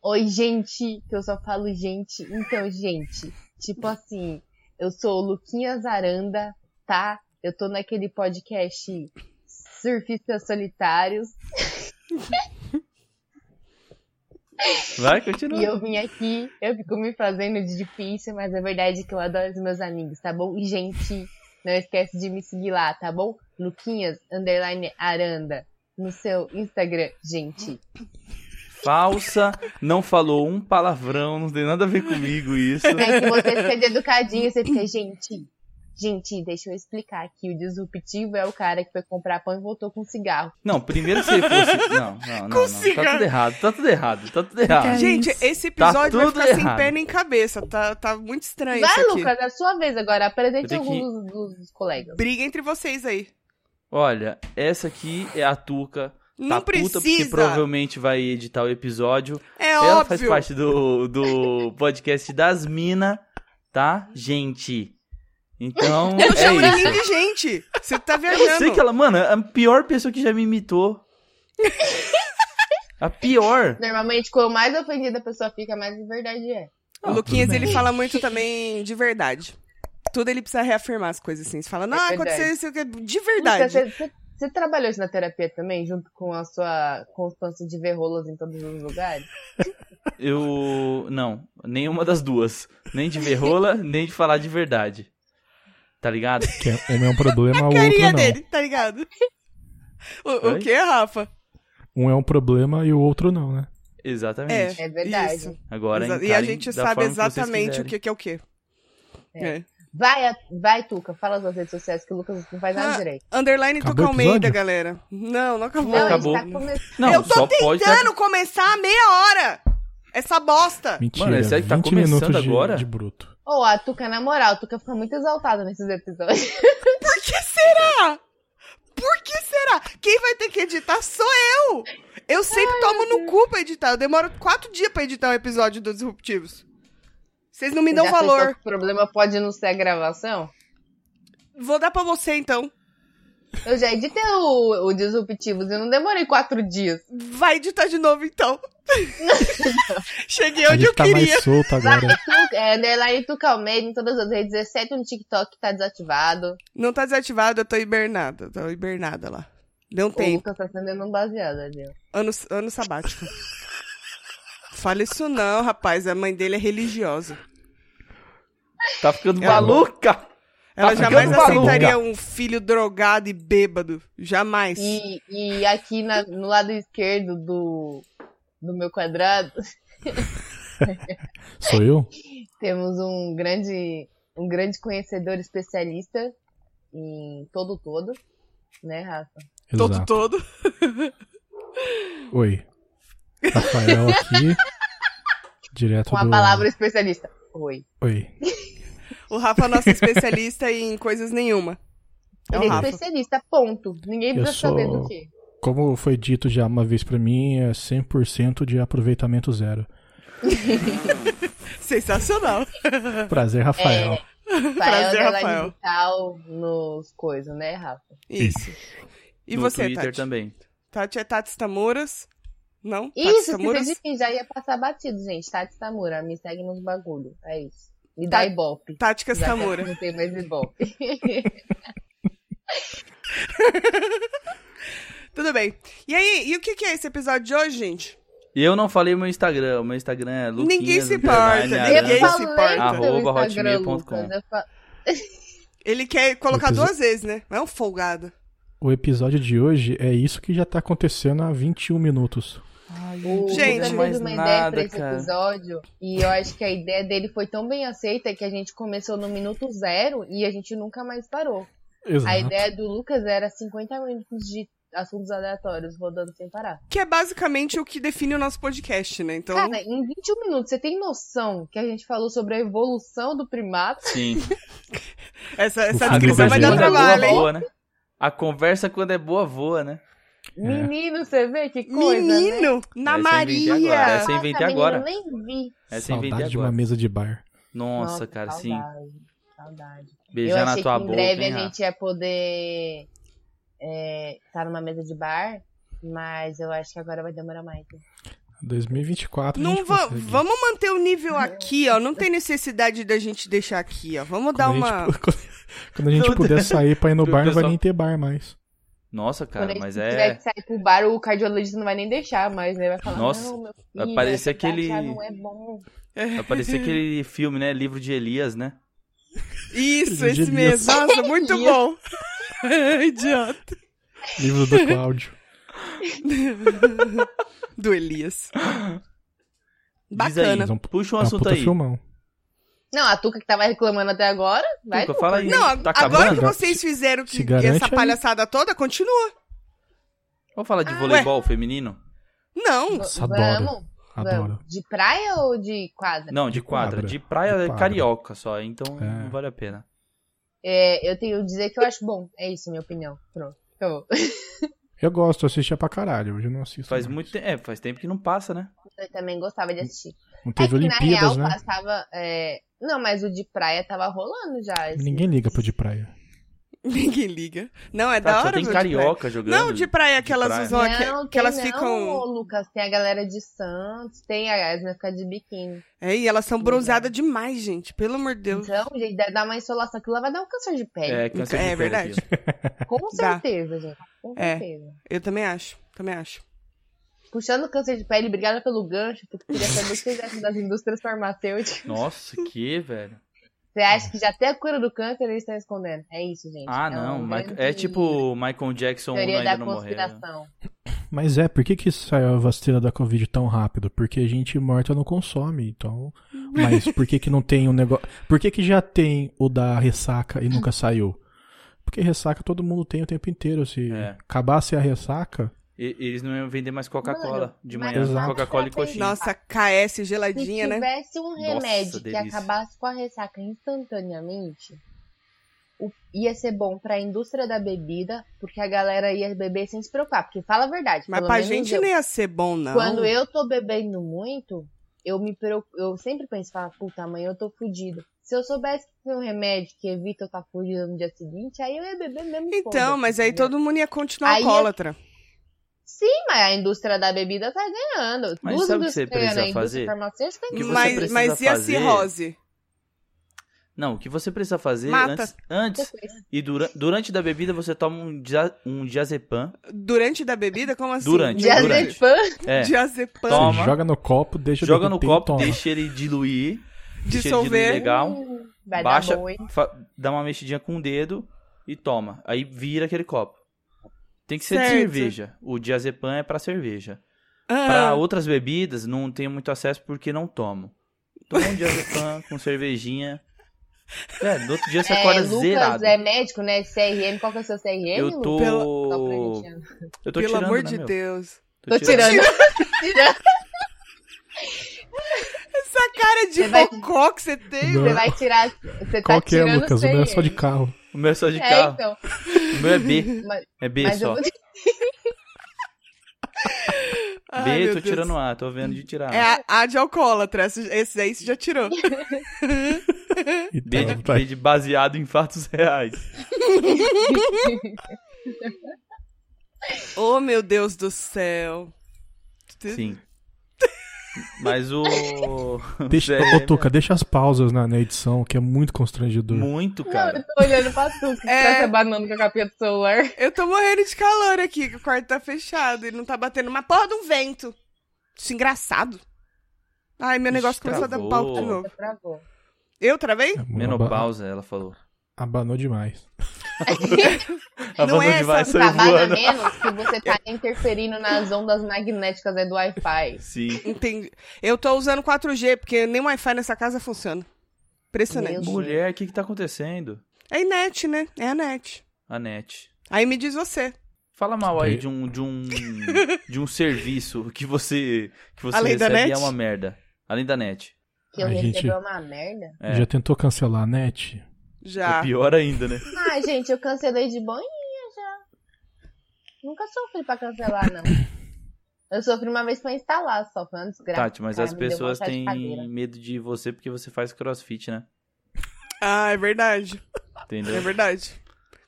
S2: Oi, gente, que eu só falo gente. Então, gente, tipo assim, eu sou o Luquinhas Aranda, tá? Eu tô naquele podcast Surfistas Solitários.
S1: Vai,
S2: E
S1: continua.
S2: eu vim aqui, eu fico me fazendo de difícil, mas a verdade é que eu adoro os meus amigos, tá bom? E, gente, não esquece de me seguir lá, tá bom? Luquinhas, underline Aranda, no seu Instagram, gente.
S1: Falsa, não falou um palavrão, não tem nada a ver comigo isso.
S2: Mas se você fica de educadinho, você fica, gente... Gente, deixa eu explicar que o disruptivo é o cara que foi comprar pão e voltou com cigarro.
S1: Não, primeiro se fosse. Não, não, não, não.
S3: Consiga.
S1: Tá tudo errado, tá tudo errado, tá tudo
S2: É
S1: errado.
S3: Gente,
S4: isso.
S3: esse
S1: Tá
S3: episódio vai
S1: tudo
S3: ficar sem
S1: errado.
S3: pé nem cabeça. Tá, tá muito estranho
S2: Vai,
S3: isso aqui.
S2: Lucas, é a sua vez agora.
S1: Eu
S2: Apresente
S1: tenho que-
S2: alguns dos, dos colegas.
S3: Briga entre vocês
S1: Tá
S3: aí.
S1: Olha, essa aqui é a Tuca.
S3: Não
S1: tá puta porque
S3: precisa.
S1: provavelmente vai editar o episódio.
S3: É
S1: Ela
S3: óbvio.
S1: faz parte do, do podcast das Minas, tá? Gente. Então,
S3: Eu não chamo
S1: é
S3: ninguém
S1: isso.
S3: de gente. Você tá
S1: Eu
S3: viajando.
S1: sei que ela, mano, é a pior pessoa que já me imitou. A pior.
S2: Normalmente, quanto mais ofendida a pessoa fica, mais de verdade é.
S3: O Luquinhas, ele fala muito também de verdade. Tudo ele precisa reafirmar as coisas assim. Você fala, não,
S2: É
S3: aconteceu isso aqui", de
S2: Lucas,
S3: verdade.
S2: você- você- Você trabalhou isso na terapia também, junto com a sua constância de ver rolas em todos os lugares?
S1: Eu. Não, nenhuma das duas. Nem de ver rola, nem de falar de verdade. Tá ligado?
S4: Que é, um é um problema, o outro
S3: Carinha
S4: não.
S3: dele, tá ligado? O, o
S1: Oi?
S3: que, Rafa?
S4: Um é um problema e o outro não, né?
S1: Exatamente.
S2: É verdade.
S3: Isso.
S1: Agora
S3: Exa- E a
S1: encarem
S3: gente
S1: da
S3: sabe
S1: forma que vocês
S3: exatamente o
S1: quiserem.
S3: que, que é o que.
S2: É. Vai, a- vai, Tuca, fala suas redes sociais que o Lucas não faz nada
S3: Ah,
S2: direito.
S3: Underline
S4: Acabou
S3: Tuca
S4: o episódio?
S3: Almeida, galera. Não, não acabou.
S2: Não,
S1: acabou.
S2: a gente tá começando.
S1: Não,
S3: Eu tô
S1: só pode. tá, ter-
S3: tentando começar a meia hora. Essa bosta.
S4: Mentira.
S1: Mano, esse aí tá
S4: 20
S1: começando
S4: minutos de-
S1: agora?
S4: De, bruto.
S2: Ô, a Tuca, na moral, a Tuca fica muito exaltada nesses episódios.
S3: Por que será? Por que será? Quem vai ter que editar sou eu. Eu sempre tomo no cu pra editar. Eu demoro quatro dias pra editar um episódio do Disruptivos. Vocês não me dão
S2: Já pensou
S3: um valor.
S2: que O problema pode não ser a gravação?
S3: Vou dar pra você, então.
S2: Eu já editei o, o Disruptivos e não demorei quatro dias.
S3: Vai editar de novo, então. Cheguei
S4: a
S3: onde
S4: gente
S3: eu
S4: tá
S3: queria.
S4: mais solto agora.
S2: Tuca, é underline Tuca Almeida em todas as redes, exceto no TikTok que tá desativado.
S3: Não tá desativado, eu tô hibernada. Tô hibernada lá. Deu um
S2: O
S3: tempo.
S2: Lucas tá acendendo um baseado ali, ó.
S3: Ano, ano sabático. Fala isso não, rapaz. A mãe dele é religiosa.
S1: Tá ficando
S3: Ela-
S1: maluca!
S3: Ela
S1: Tá
S3: jamais
S1: ficando maluca.
S3: aceitaria um filho drogado e bêbado. Jamais.
S2: E, e aqui na- no lado esquerdo do, do meu quadrado,
S4: Sou eu?
S2: temos um grande, um grande conhecedor especialista em todo todo, né, Rafa?
S3: Todo,
S4: Exato.
S3: todo.
S4: Oi. Rafael aqui. Direto
S2: Com a
S4: do...
S2: palavra especialista. Oi.
S4: Oi.
S3: O Rafa é nosso especialista em coisas nenhuma. É o
S2: Ele é
S3: Rafa.
S2: especialista, ponto. Ninguém
S4: Eu
S2: precisa saber
S4: sou-
S2: do quê.
S4: Como foi dito já uma vez pra mim, é 100% de aproveitamento zero.
S3: Sensacional.
S4: Prazer, Rafael.
S2: É.
S3: Prazer,
S2: Rafael Underline
S3: Rafael.
S2: Vital nos coisas, né, Rafa?
S3: Isso. E
S1: no
S3: você,
S1: Twitter
S3: Tati?
S1: também.
S3: Tati é Tati Tamuras? Não? Tati
S2: Isso, que
S3: Tamuras?
S2: vocês que já ia passar batido, gente. Tati Tamura, me segue nos bagulho. É isso. Me dá
S3: Tá-
S2: ibope.
S3: Táticas
S2: Já que
S3: Tamura.
S2: Não tem mais ibope.
S3: Tudo bem. E aí, e o que, que é esse episódio de hoje, gente?
S1: E eu não falei meu Instagram. O meu Instagram é Luquinhas.
S3: Ninguém se
S1: underline,
S3: importa,
S1: Aran.
S3: ninguém-
S2: eu
S3: se importa.
S2: falei
S1: Arroba
S2: pelo Instagram,
S1: hotmail.com.
S2: Lucas. Eu fa-
S3: Ele quer colocar
S4: Episo-
S3: duas vezes, né? É um folgado.
S4: O episódio de hoje é isso que já tá acontecendo há 21 minutos.
S2: O Lucas
S3: Gente,
S1: mais
S2: teve uma ideia
S1: nada,
S2: pra esse
S1: cara.
S2: episódio e eu acho que a ideia dele foi tão bem aceita que a gente começou no minuto zero e a gente nunca mais parou.
S4: Exato.
S2: A ideia é do Lucas era 50 minutos de assuntos aleatórios rodando sem parar.
S3: Que é basicamente o que define o nosso podcast, né? Então,
S2: Cara, em 21 minutos, você tem noção que a gente falou sobre a evolução do primata?
S1: Sim.
S3: essa, essa
S4: Ah,
S3: descrição
S4: meu
S3: vai dar
S4: Deus.
S1: Quando é boa,
S3: trabalho, hein?
S1: voa, né? A conversa quando é boa, voa, né?
S2: Menino, você vê que coisa, né?
S3: Menino, na
S1: Essa eu inventei um agora,
S3: Maria!
S1: essa- Você inventei
S2: menino,
S1: agora.
S2: nem vi.
S1: Essa eu inventei
S4: Saudade de
S1: agora.
S4: uma mesa de bar.
S1: Nossa, cara, sim.
S2: saudade, Saudade.
S1: Beijar
S2: eu
S1: na
S2: achei
S1: tua
S2: que em
S1: boca,
S2: breve
S1: hein,
S2: a
S1: Rafa?
S2: gente ia poder estar numa mesa de bar, mas eu acho que agora vai demorar mais.
S4: 2024. a
S3: Não
S4: gente
S3: va-
S4: consegue.
S3: vamos manter o nível aqui, ó. Não tem necessidade da gente deixar aqui, ó. Vamos dar
S4: Quando
S3: uma.
S4: a gente- Quando a gente puder sair pra ir no bar, não vai
S1: Pessoal.
S4: nem ter bar mais.
S1: Nossa,
S2: Quando a
S1: cara,
S2: gente
S1: mas
S2: tiver
S1: é.
S2: que sair pro bar, o cardiologista não vai nem deixar mais, né? Vai falar,
S1: Nossa,
S2: não, meu filho,
S1: vai parecer
S2: esse bar
S1: aquele-
S2: já não é bom.
S1: Vai parecer aquele filme, né? Livro de Elias, né?
S3: Isso,
S4: Ele
S3: esse
S4: devia
S3: mesmo. Nossa, muito
S2: Isso.
S3: bom. Idiota.
S4: Livro do Cláudio.
S3: Do Elias.
S1: Diz aí,
S3: Bacana.
S4: Mas é um-
S1: Puxa um
S4: é um
S1: assunto
S4: puta
S1: aí.
S4: filmão.
S2: Não, a Tuca que tava reclamando até agora, vai.
S1: Tuca, fala aí.
S3: Não, a-
S1: tá
S3: agora que
S1: acabando?
S3: vocês fizeram que-
S4: Se garante
S3: essa
S4: aí.
S3: palhaçada toda, continua.
S1: Vamos falar de
S2: Ah,
S1: voleibol feminino?
S3: Não.
S2: Vamos,
S4: Adoro,
S2: vamos.
S4: Adoro.
S2: De praia ou de quadra?
S1: Não, de
S4: De
S1: quadra.
S4: quadra.
S1: De praia
S4: De
S1: é
S4: quadra.
S1: carioca só, então
S4: É.
S1: não vale a pena.
S2: É, eu tenho que dizer que eu acho bom. É isso, minha opinião. Pronto. Acabou.
S4: Eu gosto, eu assistia pra caralho. Hoje eu não assisto.
S1: Faz
S4: mais.
S1: muito tempo. É, faz tempo que não passa, né?
S2: Eu também gostava de assistir.
S4: Não
S2: É
S4: teve
S2: que na real
S4: Olimpíadas, né?
S2: passava. é, Não, mas o de praia tava rolando já. esse-
S4: Ninguém liga pro de praia.
S3: Ninguém liga. Não, é da
S1: Tá, só
S3: hora.
S1: tem
S3: meu, de
S1: carioca
S3: praia.
S1: jogando.
S3: Não, de praia que
S1: De
S3: elas
S1: praia.
S3: usam aqui.
S2: Não,
S3: Que
S2: tem
S3: elas
S2: não,
S3: ficam.
S2: Lucas, tem a galera de Santos, tem a as ficar de biquíni.
S3: É, e elas são bronzeadas demais, gente. Pelo amor de Deus.
S2: Então, gente, dá- dá uma insolação. Aquilo lá vai dar um câncer de pele.
S1: É, câncer de pele
S3: É verdade.
S1: aqui.
S2: Com
S3: dá.
S2: certeza, gente. Com
S3: É.
S2: certeza.
S3: Eu também acho. Também acho.
S2: Puxando câncer de pele, obrigada pelo gancho, porque eu queria saber o que vocês acham das indústrias farmacêuticas.
S1: Nossa, que, velho.
S2: Você acha que já até a cura do câncer eles estão escondendo? É isso, gente.
S1: Ah,
S2: É
S1: não.
S2: um
S1: Michael- É
S2: grande
S1: tipo Michael Jackson um
S2: Teoria
S1: ainda
S2: da
S1: não morreu.
S2: conspiração.
S4: Mas é, por que que saiu a vacina da Covid tão rápido? Porque gente morta não consome, então... Mas por que que não tem um negócio... Por que que já tem o da ressaca e nunca saiu? Porque ressaca todo mundo tem o tempo inteiro. Se
S1: É.
S4: acabasse a ressaca...
S1: E- eles não iam vender mais Coca-Cola
S2: Mano,
S1: de
S2: mas
S1: manhã.
S4: Exato.
S1: Coca-Cola e coxinha.
S3: Nossa, KS
S2: Se
S3: geladinha, né?
S2: tivesse um remédio que
S1: delícia.
S2: acabasse com a ressaca instantaneamente, o- ia ser bom pra indústria da bebida, porque a galera ia beber sem se preocupar. Porque fala a verdade.
S3: Mas
S2: pelo
S3: pra
S2: menos
S3: gente
S2: eu.
S3: nem ia ser bom, não.
S2: Quando eu tô bebendo muito, eu me preocupo, eu sempre penso, falo, puta, amanhã eu tô fudido. Se eu soubesse que tem um remédio que evita eu estar fudido no dia seguinte, aí eu ia beber mesmo.
S3: Então,
S2: foda-se,
S3: mas aí
S2: entendeu?
S3: todo mundo ia continuar
S2: Aí ia-
S3: alcoólatra.
S2: Sim, mas a indústria da bebida tá ganhando.
S1: Mas
S2: Duas
S1: sabe o que você
S2: indústrias ganhando, a
S1: precisa fazer?
S2: indústria farmacêutica
S1: O que você
S3: Mas,
S1: precisa
S3: mas e a
S1: fazer-
S3: cirrose?
S1: Não, o que você precisa fazer
S3: Mata.
S1: antes, antes e dura- durante da bebida você toma um, dia, um diazepam.
S3: Durante da bebida? Como assim?
S1: Durante, durante.
S2: Diazepam
S1: É,
S3: Diazepam.
S1: Toma.
S4: Você joga no copo, deixa...
S1: joga
S4: derreter
S1: no
S4: e
S1: copo,
S4: toma.
S1: deixa ele diluir. deixa ele diluir
S3: Dissolver.
S1: legal.
S2: Hum, Vai
S1: baixa,
S2: dar bom, hein?
S1: fa- dá uma mexidinha com o dedo e toma. Aí vira aquele copo. Tem que ser de
S3: Certo.
S1: cerveja. O diazepam é pra cerveja.
S3: Ah,
S1: Pra outras bebidas não tenho muito acesso porque não tomo. Toma um diazepam com cervejinha. É, no outro dia você acorda
S2: é, Lucas
S1: zerado.
S2: é médico, né? CRM, qual que é o seu CRM,
S1: eu tô
S2: Lucas? Só pra gente, né?
S1: eu tô
S3: pelo
S1: tirando,
S3: amor
S1: né,
S3: de
S1: meu?
S3: Deus.
S2: Tô tirando. Tirando.
S3: Essa cara de
S2: Você vai-
S3: bocó que você tem,
S4: Não.
S2: Você vai tirar. Você
S4: Qual
S2: tá
S4: que é,
S2: tirando
S4: Lucas? O meu é só de
S2: sem-
S4: carro.
S1: O meu é só de
S2: É,
S1: carro.
S2: então.
S1: O meu é B.
S2: Mas,
S1: É B
S2: mas eu
S1: só.
S2: vou-
S3: Ai,
S1: B,
S3: meu
S1: tô
S3: Deus.
S1: tirando um A, tô vendo de tirar.
S3: É a, a de alcoólatra. Esse, esse aí você já tirou.
S4: E
S1: B,
S4: tal,
S1: de,
S4: vai.
S1: B de baseado em fatos reais.
S3: oh, meu Deus do céu.
S1: Sim. Mas o.
S4: Deixa,
S1: CRM
S4: ô, Tuca, deixa as pausas na, na edição, que é muito
S3: Hum.
S4: constrangedor.
S1: Muito,
S2: Não, eu
S1: cara.
S2: tô olhando pra tu, que
S3: É.
S2: tá se abanando com a capinha do celular.
S3: Eu tô morrendo de calor aqui, que o quarto tá fechado. Ele não tá batendo uma porra de um vento. Isso é engraçado. Ai, meu
S1: Ixi,
S3: negócio começou a dar
S1: travou.
S3: pau de novo.
S2: Travou.
S3: Eu travei?
S4: É, mano, aba-
S1: Menopausa, ela falou.
S4: Abanou demais.
S1: A
S3: Não é
S1: banda de vai
S3: essa
S1: sair
S2: Trabalha
S1: voando.
S2: menos Tá que você tá interferindo nas ondas magnéticas né, do Wi-Fi.
S1: Sim.
S3: Entendi. Eu tô usando 4G, porque nem Wi-Fi nessa casa funciona. Impressionante.
S2: Meu Deus.
S1: Mulher, o que que tá acontecendo?
S3: É a net, né? É a net.
S1: A net.
S3: Aí me diz você.
S1: Fala mal aí
S4: Ok.
S1: de um, de um, de um serviço que você, que você
S3: Além da
S1: recebe e é
S3: net?
S1: uma merda. Além da net.
S2: Que eu
S4: Ai,
S2: recebi
S4: gente.
S2: uma merda.
S1: É.
S4: Já tentou cancelar a net?
S3: Já.
S1: É pior ainda, né?
S2: Ah, gente, eu cancelei de boinha já. Nunca sofri pra cancelar, não. Eu sofri uma vez pra instalar, só foi uma desgraça.
S1: Tati, mas
S2: cara,
S1: as
S2: me deu
S1: pessoas
S2: vontade de
S1: têm
S2: cadeira.
S1: medo de você porque você faz crossfit, né?
S3: Ah, é verdade.
S1: Entendeu?
S3: É verdade.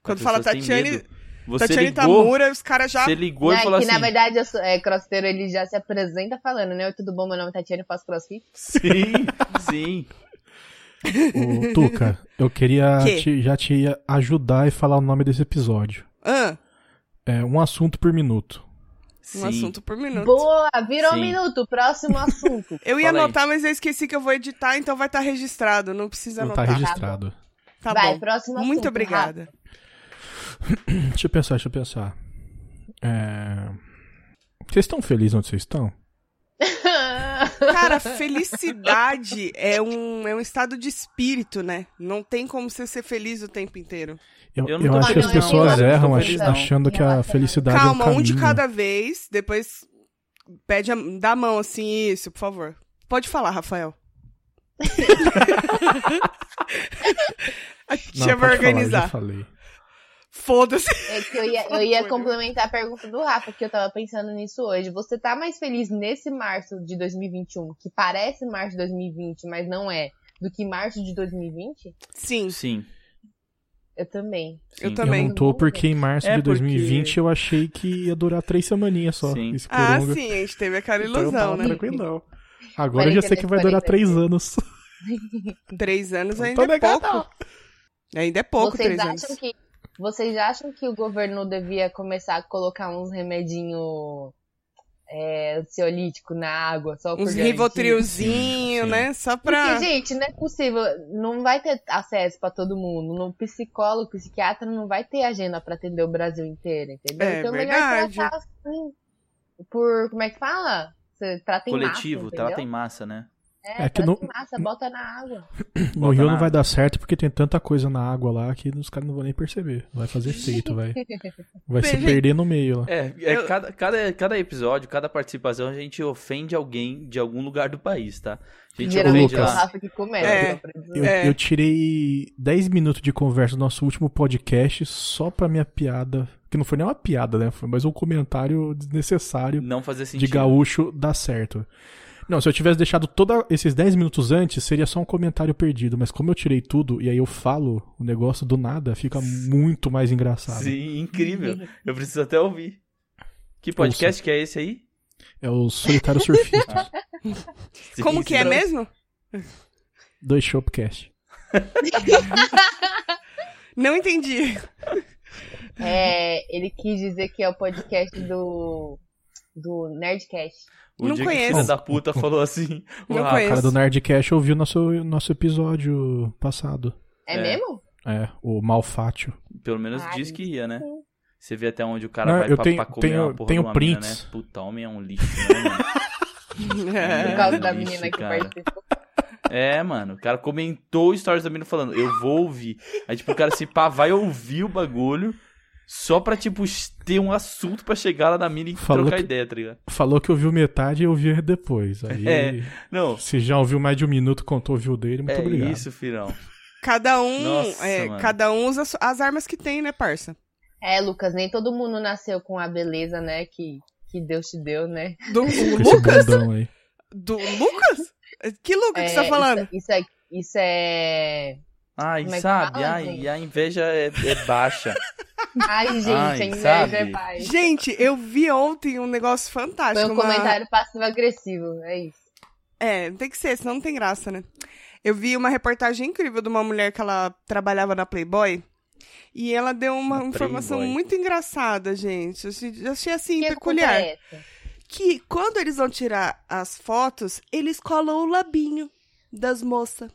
S3: Quando
S1: As
S3: fala
S1: pessoas têm
S3: Tatiane,
S1: medo. Você
S3: Tatiane
S1: ligou,
S3: Tamura, os caras já.
S1: você ligou e
S2: Não,
S1: falou
S2: que
S1: assim.
S2: na verdade eu sou, é, crossfiteiro, ele já se apresenta falando, né? Oi, tudo bom? Meu nome é Tatiana, eu faço crossfit.
S1: assim, Sim, sim.
S4: Ô, Tuca, eu queria
S3: Que?
S4: te- já te ajudar e falar o nome desse episódio.
S3: Ah,
S4: É um assunto por minuto.
S1: sim.
S3: um assunto por minuto.
S2: Boa, virou
S1: Sim.
S2: um minuto, próximo assunto.
S3: Eu ia
S1: Fala aí.
S3: anotar, mas eu esqueci que eu vou editar, então vai estar registrado. Não precisa
S4: Não tá
S3: anotar.
S4: registrado.
S3: Tá
S2: Vai,
S3: bom.
S2: próximo assunto.
S3: Muito obrigada.
S4: Deixa eu pensar, deixa eu pensar. É... Vocês estão felizes onde vocês estão?
S2: rápido.
S3: Cara, felicidade é um, é um estado de espírito, né? Não tem como você ser feliz o tempo inteiro.
S4: Eu,
S1: Eu não
S4: eu
S1: tô
S4: acho que as
S1: feliz, não. Eu
S4: pessoas
S1: não tô
S4: erram ach-
S1: feliz, não.
S4: achando que a
S2: Relaxa,
S4: felicidade é
S3: Calma,
S4: um caminho.
S3: um de cada vez, depois pede a, dá a mão assim, isso, por favor. Pode falar, Rafael. a
S4: Não,
S3: tia
S4: pode
S3: vai
S4: falar, eu já
S3: organizar.
S4: falei.
S3: Foda-se.
S2: É que eu ia, eu ia
S3: Foi,
S2: complementar a pergunta do Rafa, que eu tava pensando nisso hoje. Você tá mais feliz nesse março de 2021, que parece março de 2020, mas não é, do que março de 2020?
S3: Sim,
S1: Sim.
S2: Eu também.
S1: sim.
S3: Eu também.
S4: Eu não tô porque em março
S1: É
S4: de
S1: porque-
S4: 2020 eu achei que ia durar três semaninhas só.
S1: Sim.
S4: Esse
S3: Ah,
S4: coronga.
S3: sim, a gente teve aquela
S4: um Então eu
S3: ilusão,
S4: tava
S3: né?
S4: tranquilão. Agora eu já sei que vai durar três
S2: Quarentena,
S4: anos.
S3: Três anos
S4: Então
S3: ainda
S4: tá
S3: é
S4: legal,
S3: pouco. Ainda é pouco,
S2: vocês
S3: três anos.
S2: acham que vocês acham que o governo devia começar a colocar uns remedinho é, ansiolítico na água só por
S3: Uns
S2: garantia?
S1: Sim,
S3: rivotrilzinho,
S1: sim.
S3: né? Só pra.
S2: Porque, gente, não é possível, não vai ter acesso pra todo mundo. No psicólogo, psiquiatra não vai ter agenda pra atender o Brasil inteiro, entendeu?
S3: É
S2: então
S3: verdade.
S2: melhor tratar assim, por, como é que fala? Você trata em
S1: Coletivo,
S2: massa,
S1: trata em
S2: entendeu?
S1: massa, né?
S2: É,
S4: É que
S2: trata
S4: não-
S2: em massa, bota na água.
S4: No
S1: Bota
S4: Rio
S1: na
S4: não vai
S1: água.
S4: dar certo porque tem tanta coisa na água lá que os caras não vão nem perceber. Vai fazer efeito, vai. Vai se
S3: Gente.
S4: perder no meio lá.
S1: É, é
S3: Eu-
S1: cada, cada, cada episódio, cada participação, a gente ofende alguém de algum lugar do país, tá? A gente ofende
S2: Geralmente é o
S4: Lucas.
S1: lá.
S2: Rafa que começa.
S3: É.
S2: só pra dizer.
S4: Eu,
S3: É.
S4: eu tirei 10 minutos de conversa do nosso último podcast só pra minha piada. Que não foi nem uma piada, né? Foi mais um comentário desnecessário
S1: Não fazer
S4: de
S1: sentido.
S4: gaúcho dar certo. Não, se eu tivesse deixado todos esses 10 minutos antes, seria só um comentário perdido. Mas como eu tirei tudo e aí eu falo o negócio do nada, fica muito mais engraçado.
S1: Sim, incrível. Eu preciso até ouvir. Que podcast que é esse aí?
S4: É o Solitário Surfista.
S1: Sim,
S3: Como que é
S1: sim.
S3: mesmo?
S4: Dois Shopcast.
S3: Não entendi.
S2: É, ele quis dizer que é o podcast do, do Nerdcast.
S1: O
S3: Não
S1: dia que o
S3: conheço.
S1: filho da puta falou assim. o
S3: Não
S1: Rafa,
S4: O cara
S3: conheço.
S4: do Nerdcast ouviu nosso, nosso episódio passado.
S2: É,
S1: É.
S2: mesmo?
S4: É, o Malfátio.
S1: Pelo menos
S2: Ai,
S1: disse que ia, né? Você vê até onde o cara
S4: Não,
S1: vai
S4: eu
S1: pra,
S4: tenho-
S1: pra comer
S4: tenho-
S1: uma porra
S4: tenho
S1: de uma mina,
S4: prints.
S1: né? Puta, homem é um lixo, né, mano?
S2: Por
S1: É,
S2: causa da
S1: lixo,
S2: menina que
S1: cara.
S2: participou.
S1: É, mano. O cara comentou o stories da mina falando, eu vou ouvir. Aí, tipo, o cara se pá, vai ouvir o bagulho. Só pra, tipo, ter um assunto pra chegar lá na mina e
S4: Falou
S1: trocar
S4: que-
S1: ideia, tá ligado?
S4: Falou que ouviu metade e eu ouvi depois. Aí,
S1: É. Não,
S4: se já ouviu mais de um minuto, contou, ouviu dele, muito
S1: é
S4: obrigado.
S1: isso, filhão.
S3: Cada um,
S1: Nossa,
S3: é,
S1: mano.
S3: cada um usa su- as armas que tem, né, parça?
S2: É, Lucas, nem todo mundo nasceu com a beleza, né, que, que Deus te deu, né?
S3: Do o
S4: Com esse
S3: Lucas?
S4: bundão aí.
S3: Do Lucas? Que Lucas que você
S2: É,
S3: tá falando?
S2: Isso, isso é... Isso é...
S1: Ai,
S2: Como é que
S1: sabe?
S2: fala,
S1: Ai,
S2: gente?
S1: a inveja é, é baixa.
S2: Ai, gente,
S1: Ai,
S2: a inveja
S1: sabe?
S2: é paz.
S3: Gente, eu vi ontem um negócio fantástico.
S2: Foi um
S3: uma-
S2: comentário passivo-agressivo, é isso.
S3: É, tem que ser, senão não tem graça, né? Eu vi uma reportagem incrível de uma mulher que ela trabalhava na Playboy. E ela deu uma
S1: Na
S3: informação
S1: Playboy.
S3: muito engraçada, gente. Eu achei- eu achei assim,
S2: Que
S3: peculiar.
S2: culpa é essa?
S3: Que quando eles vão tirar as fotos, eles colam o labinho das moças.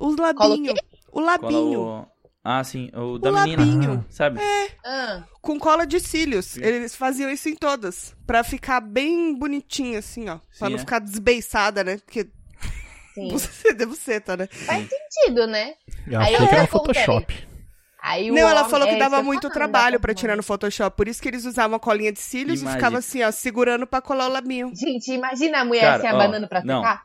S3: Os
S2: Cola o
S3: labinhos. O
S1: Cola
S3: labinho.
S1: o... Ah, sim,
S2: Um
S1: o da menina.
S3: labinho.
S1: Sabe?
S2: Ah,
S3: Com cola de cílios.
S1: Sim.
S3: Eles faziam isso em todas. Pra ficar bem bonitinha, assim, ó. pra
S1: Sim,
S3: não
S1: é.
S3: ficar desbeiçada, né? Porque
S2: sim.
S3: você deu buceta, né?
S2: Faz sentido, né?
S4: Ela
S2: Aí eu
S4: falou que era um
S2: respondo,
S4: Photoshop.
S2: Aí o
S3: não, ela
S2: homem-
S3: falou que
S2: é,
S3: dava
S2: isso eu
S3: muito
S2: falando,
S3: trabalho
S2: dava
S3: pra
S2: muito
S3: tirar no Photoshop. Por isso que eles usavam a colinha de cílios
S1: Imagina.
S3: e ficavam assim, ó, segurando pra colar o labinho.
S2: Gente, imagina a mulher
S1: Cara,
S2: assim,
S1: ó,
S2: abanando pra
S1: não.
S2: tocar.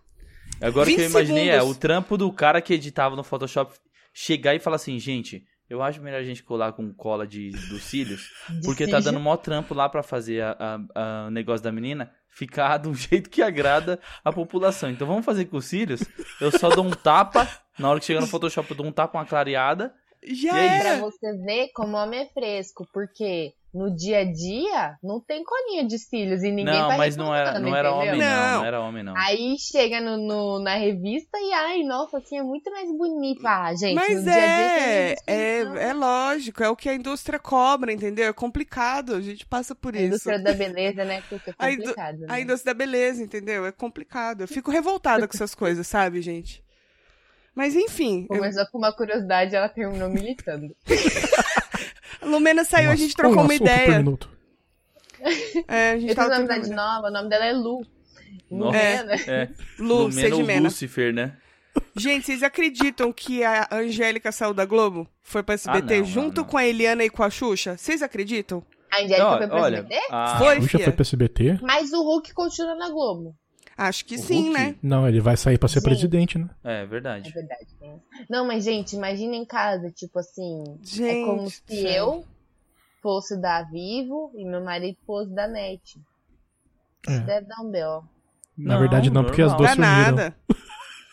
S1: Agora o que eu
S3: 20
S1: imaginei é
S3: segundos.
S1: o trampo do cara que editava no Photoshop chegar e falar assim, gente, eu acho melhor a gente colar com cola de, dos cílios, porque tá dando mó trampo lá pra fazer a- a- a- o negócio da menina ficar de um jeito que agrada a população. Então vamos fazer com os cílios, eu só dou um tapa, na hora que chegar no Photoshop eu dou um tapa, uma clareada,
S3: Já
S1: E é isso.
S2: Pra
S3: era.
S2: você ver como o homem é fresco, porque no dia a dia não tem colinha de cílios e ninguém
S1: não,
S2: tá
S1: mas não era, não
S2: reclamando,
S1: era
S2: entendeu?
S1: homem não,
S3: Não.
S1: não era homem não.
S2: Aí chega no, no- na revista e, ai, nossa, assim, é muito mais bonito. Ah, gente,
S3: Mas
S2: no dia a assim, né? dia você não
S3: é,
S2: existe
S3: é,
S2: isso, não.
S3: é lógico, é o que a indústria cobra, entendeu? É complicado, a gente passa por
S2: A
S3: isso.
S2: indústria da beleza, né, Cuca?
S3: A
S2: É
S3: indú-
S2: complicado, né?
S3: A indústria da beleza, entendeu? É complicado. Eu fico revoltada com essas coisas, sabe, gente? Mas enfim, eu-
S2: Começou com uma curiosidade ela terminou militando.
S3: a Lumena saiu,
S4: Um
S3: a
S4: ass-
S3: gente trocou
S4: um
S3: uma
S4: assunto por
S3: ideia.
S4: minuto.
S3: É, a
S2: Eu
S3: gente
S2: fiz
S3: tava
S2: uma
S3: trocando
S2: amizade
S3: uma
S2: nova, o nome dela é Lu.
S1: Nossa.
S2: Lumena.
S1: É,
S3: ideia. Lu,
S1: no
S3: seja
S1: menos
S3: de
S1: o
S3: Mena.
S1: Lucifer, né?
S3: Gente, vocês acreditam que a Angélica saiu da Globo? Foi pra SBT
S1: Ah, não, não,
S3: junto
S1: não.
S3: com a Eliana e com a Xuxa? Vocês acreditam?
S2: A Angélica
S1: Ó,
S2: foi pra
S1: olha, ah,
S2: SBT?
S1: a-
S3: foi,
S4: Hoje já foi
S3: fia?
S4: pro SBT?
S2: Mas o Hulk continua na Globo.
S3: Acho que
S1: O
S3: sim,
S1: Hulk?
S3: né?
S4: Não, ele vai sair pra ser
S2: Sim.
S4: presidente, né?
S1: É
S2: É
S1: verdade.
S2: verdade. né? Não, mas gente, imagina em casa, tipo assim.
S3: Gente.
S2: é como se
S3: do céu.
S2: eu fosse da Vivo e meu marido fosse da NET. Isso
S4: É.
S2: deve dar um B.O.
S4: Na
S1: Não,
S4: verdade, não, porque as
S1: normal.
S4: duas
S3: Dá
S4: se uniram.
S3: nada.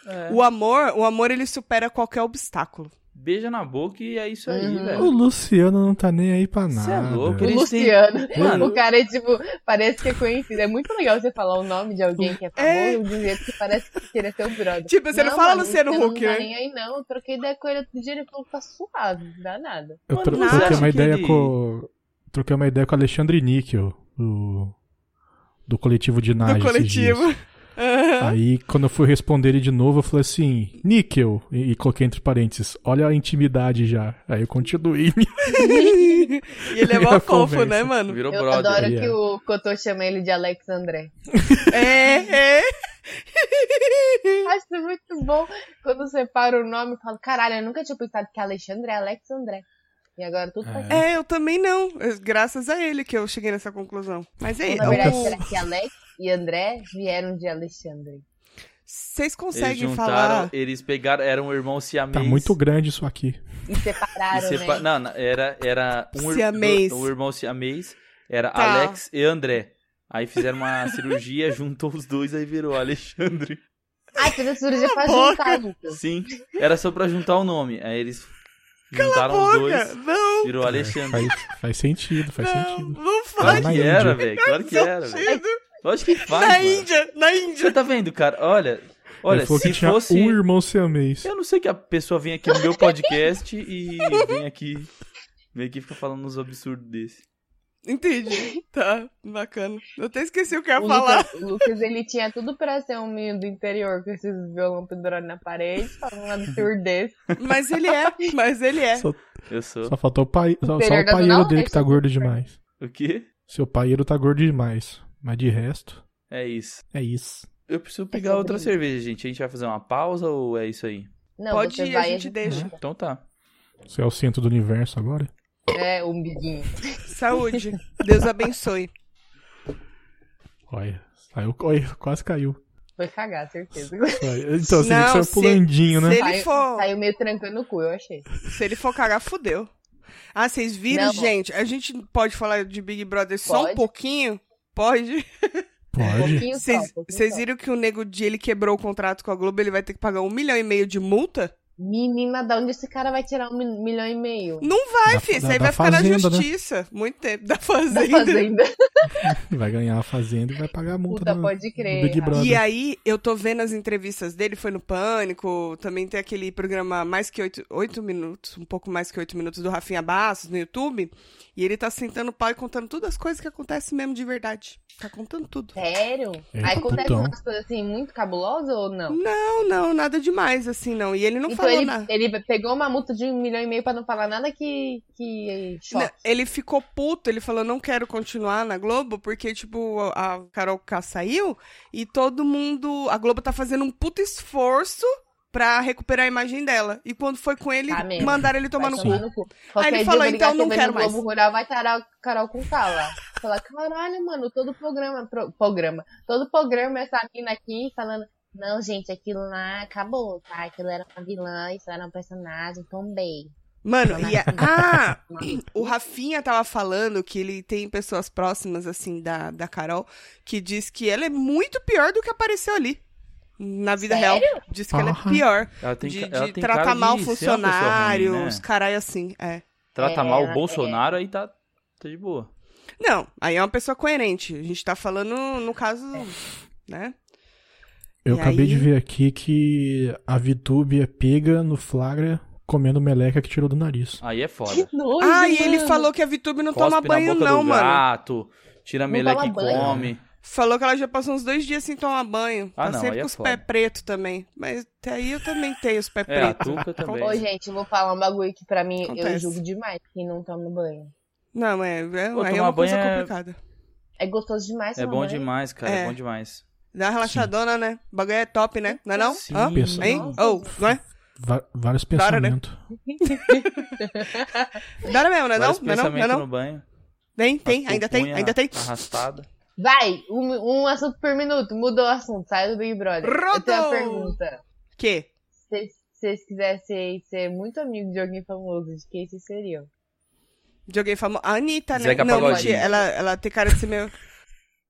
S1: É.
S3: O amor, o amor ele supera qualquer obstáculo.
S1: Beija na boca e é isso aí,
S2: Uhum.
S4: O
S1: velho.
S4: Luciano não tá nem aí pra nada.
S1: Cê é louco,
S2: O
S1: Eles
S2: Luciano.
S1: Mano.
S2: O cara é tipo, parece que é conhecido. É muito legal você falar o nome de alguém que é famoso de um jeito que parece que queria ser o brother.
S3: Tipo, você não fala
S2: mano,
S3: Luciano
S2: Luciano
S3: Huck,
S2: não
S3: né?
S2: tá nem aí, não. Eu troquei ideia com ele outro dia, ele falou que tá suave, não dá nada.
S4: Eu
S1: Mano,
S4: tro-
S3: nada.
S4: troquei
S1: Acho
S4: uma
S1: que
S4: ideia
S1: ele-
S4: com. Troquei uma ideia com o Alexandre Níquel, do, do coletivo de Nage.
S3: do coletivo. Aham.
S4: Aí, quando eu fui responder ele de novo, eu falei assim, níquel, e, e coloquei entre parênteses, olha a intimidade já. Aí eu continuei.
S3: e ele é mó
S4: A
S3: fofo, né,
S4: conversa.
S3: mano?
S1: Virou
S2: Eu
S1: brother.
S2: adoro
S4: Yeah.
S2: que o Cotô chama ele de Alex André.
S3: É, é.
S2: Acho isso muito bom quando separa o nome e fala, caralho, eu nunca tinha pensado que Alexandre é Alex André. E agora tudo tá faz
S4: É.
S3: É, eu também não. É Graças a ele que eu cheguei nessa conclusão. Mas é,
S2: sentido.
S4: é
S2: Na
S4: o
S2: verdade,
S4: que-
S2: será que Alex e André vieram de Alexandre?
S3: vocês
S1: Eles
S3: conseguem
S1: juntaram,
S3: falar.
S1: eles pegaram, eram irmãos siamês.
S4: Tá muito grande isso aqui.
S2: E
S1: e
S2: separaram,
S1: sepa-
S2: né?
S1: Não, não, era, era um, ir-
S3: Siamês.
S1: do- um irmão siamês, era
S3: Tá.
S1: Alex e André. Aí fizeram uma cirurgia, juntou os dois, aí virou Alexandre.
S2: Ai, fez a cirurgia pra
S3: boca.
S2: juntar, Lucas.
S1: Sim, era só pra juntar o nome. Aí eles juntaram os
S3: Boca,
S1: dois,
S3: não,
S1: virou Alexandre.
S4: Faz, faz sentido, faz
S3: não,
S4: sentido.
S3: não faz.
S4: Tá
S1: Claro
S4: na
S1: que
S4: Índia.
S1: era, velho, claro que era. velho. Lógico que faz,
S3: na
S1: mano.
S3: Índia, na Índia.
S1: Você tá vendo, cara? Olha, olha,
S4: ele falou
S1: se
S4: que tinha
S1: fosse...
S4: um irmão siamês.
S1: Eu não sei que a pessoa vem aqui no meu podcast e vem aqui. Vem aqui e fica falando uns absurdos desse.
S3: Entendi. Tá, bacana. Eu até esqueci o que eu ia
S2: O
S3: falar.
S2: Lucas, o Lucas, ele tinha tudo pra ser um menino do interior, com esses violão pendurado na parede, falando um absurdo desse.
S3: Mas ele é, mas ele é.
S4: Só,
S1: Eu sou.
S4: só faltou o pai, só, só
S2: Superior
S4: o
S2: da
S4: paieiro
S2: Zona
S4: dele que
S2: Oeste.
S4: tá gordo demais.
S1: O quê?
S4: Seu paieiro tá gordo demais. Mas de resto,
S1: É isso.
S4: é isso.
S1: Eu preciso pegar
S2: sobre
S1: outra
S2: isso.
S1: cerveja, gente. A gente vai fazer uma pausa ou é isso aí?
S2: Não,
S3: Pode
S2: você
S3: ir, a
S2: vai e
S3: gente deixa.
S1: Então tá.
S4: Você é o centro do universo agora?
S2: É, o umbiguinho.
S3: Saúde. Deus abençoe.
S4: Olha, saiu, olha, quase caiu.
S2: Foi cagar, certeza.
S4: Olha, Então, você
S3: Não,
S4: viu
S3: se-
S4: que saiu pulandinho, né?
S3: se- ele
S2: saiu,
S3: for-
S2: saiu meio trancando o cu, eu achei.
S3: Se ele for cagar, fudeu. Ah, vocês viram,
S2: Não.
S3: gente? A gente pode falar de Big Brother só um
S2: Pode.
S3: pouquinho? Pode.
S2: Um
S4: Pode.
S2: pouquinho só, um
S3: Vocês
S2: pouquinho
S3: vocês
S2: só.
S3: viram que o Nego Di, ele quebrou o contrato com a Globo, ele vai ter que pagar um milhão e meio de multa?
S2: Menina, da onde esse cara vai tirar um mil- milhão e meio?
S3: Não vai,
S4: Da-
S3: filho. Isso
S4: da-
S3: aí
S4: da
S3: vai ficar na
S4: Fazenda, né?
S3: justiça. Muito tempo. Da
S2: Da
S3: fazenda.
S2: fazenda.
S4: Vai ganhar a fazenda e vai pagar a multa
S2: Puta,
S4: do,
S2: pode crer.
S4: do Big
S2: Rafa.
S4: Brother.
S3: E aí, eu tô vendo as entrevistas dele, foi no Pânico, também tem aquele programa Mais que Oito, oito Minutos, um pouco mais que Oito Minutos, do Rafinha Bastos, no YouTube, e ele tá sentando o pau e contando todas as coisas que acontecem mesmo de verdade. Tá contando tudo.
S2: Sério?
S4: Eita,
S2: Aí acontece
S4: É, putão.
S2: umas coisas assim muito cabulosas ou não?
S3: Não, não, nada demais, assim, não. E ele não
S2: então
S3: falou
S2: ele,
S3: nada.
S2: ele pegou uma multa de um milhão e meio pra não falar nada que, que
S3: Não,
S2: choque.
S3: ele ficou puto, ele falou, não quero continuar na Globo, porque, tipo, a a Carol K saiu e todo mundo. A Globo tá fazendo um puto esforço pra recuperar a imagem dela. E quando foi com ele,
S2: Tá mesmo.
S3: mandaram ele tomar
S2: Vai
S3: no cu.
S2: no cu. Qualquer
S3: ele
S2: dia
S3: falou,
S2: eu vou ligar
S3: então não
S2: TV
S3: quero
S2: no Globo Rural vai tarar o Carol com cala. Falar, caralho, mano, todo programa, pro- programa, todo programa essa mina aqui falando, não, gente, aquilo lá acabou, tá? Aquilo era uma vilã, isso era um personagem, tombei.
S3: Mano,
S2: Não,
S3: e a...
S2: não.
S3: ah,
S2: Mano,
S3: o Rafinha tava falando que ele tem pessoas próximas, assim, da, da Carol, que diz que ela é muito pior do que apareceu ali. Na vida
S2: Sério?
S3: real. Diz que ela é
S4: Porra.
S3: pior.
S1: Ela tem,
S3: de
S1: ca-
S3: de
S1: ela tem
S3: tratar
S1: cara de ser uma
S3: mal
S1: pessoa ruim,
S3: funcionários,
S1: né?
S3: caralho assim. É.
S1: Trata
S2: É,
S1: mal
S2: ela-
S1: o Bolsonaro, aí tá, tá de boa.
S3: Não, aí é uma pessoa coerente. A gente tá falando, no caso,
S2: É.
S3: né?
S4: Eu
S3: E
S4: acabei
S3: aí?
S4: de ver aqui que a Vitube é pega no flagra comendo meleca que tirou do nariz.
S1: Aí é foda.
S2: que nojo,
S3: ah, e ele
S2: mano.
S3: falou que a Vitube não
S1: Cospe
S3: toma
S1: na
S3: banho,
S1: boca
S3: não,
S1: do
S3: mano.
S1: gato, tira a
S2: Não
S1: meleca
S2: toma
S1: e
S2: banho.
S1: come.
S3: Falou que ela já passou uns dois dias sem tomar banho.
S1: Ah,
S3: tá
S1: não,
S3: sempre
S1: aí é
S3: com os
S1: foda.
S3: pés pretos também. Mas até aí eu também tenho os pés
S1: É, a
S3: pretos.
S1: Tuca também.
S2: Ô, gente, eu vou falar um bagulho que pra mim eu
S3: Acontece.
S2: julgo demais quem não toma banho.
S3: Não, é, é,
S1: Pô,
S3: aí é
S1: tomar
S3: uma coisa
S1: banho é-
S3: complicada.
S2: É gostoso demais,
S1: É
S2: tomar
S1: bom
S2: banho.
S1: demais, cara,
S3: É.
S1: é bom demais.
S3: Dá uma relaxadona, né? O bagulho é top, né? Não é não?
S1: Sim,
S3: Hã?
S4: Pensa-
S3: Hein?
S2: Nossa.
S3: Ou, não é?
S4: Va- vários
S3: Da hora, né?
S4: pensamentos.
S3: Dá hora mesmo, não é não?
S1: Vários
S3: Não é não? Não é
S1: pensamentos
S3: não?
S1: no banho.
S3: Tem, tem,
S1: As
S3: ainda tem,
S1: pupunha
S3: ainda tem.
S1: Arrastada.
S2: Vai, um, um assunto por minuto, mudou o assunto, sai do Big Brother. Eu tenho
S3: Rodou!
S2: uma pergunta.
S3: Que?
S2: Se se vocês quisessem ser muito amigos de alguém famoso, de quem vocês seriam?
S3: De alguém famoso. A Anitta, né?
S1: Zeca
S3: não,
S1: Pagodinho.
S3: mentira, ela, ela tem cara de ser meio...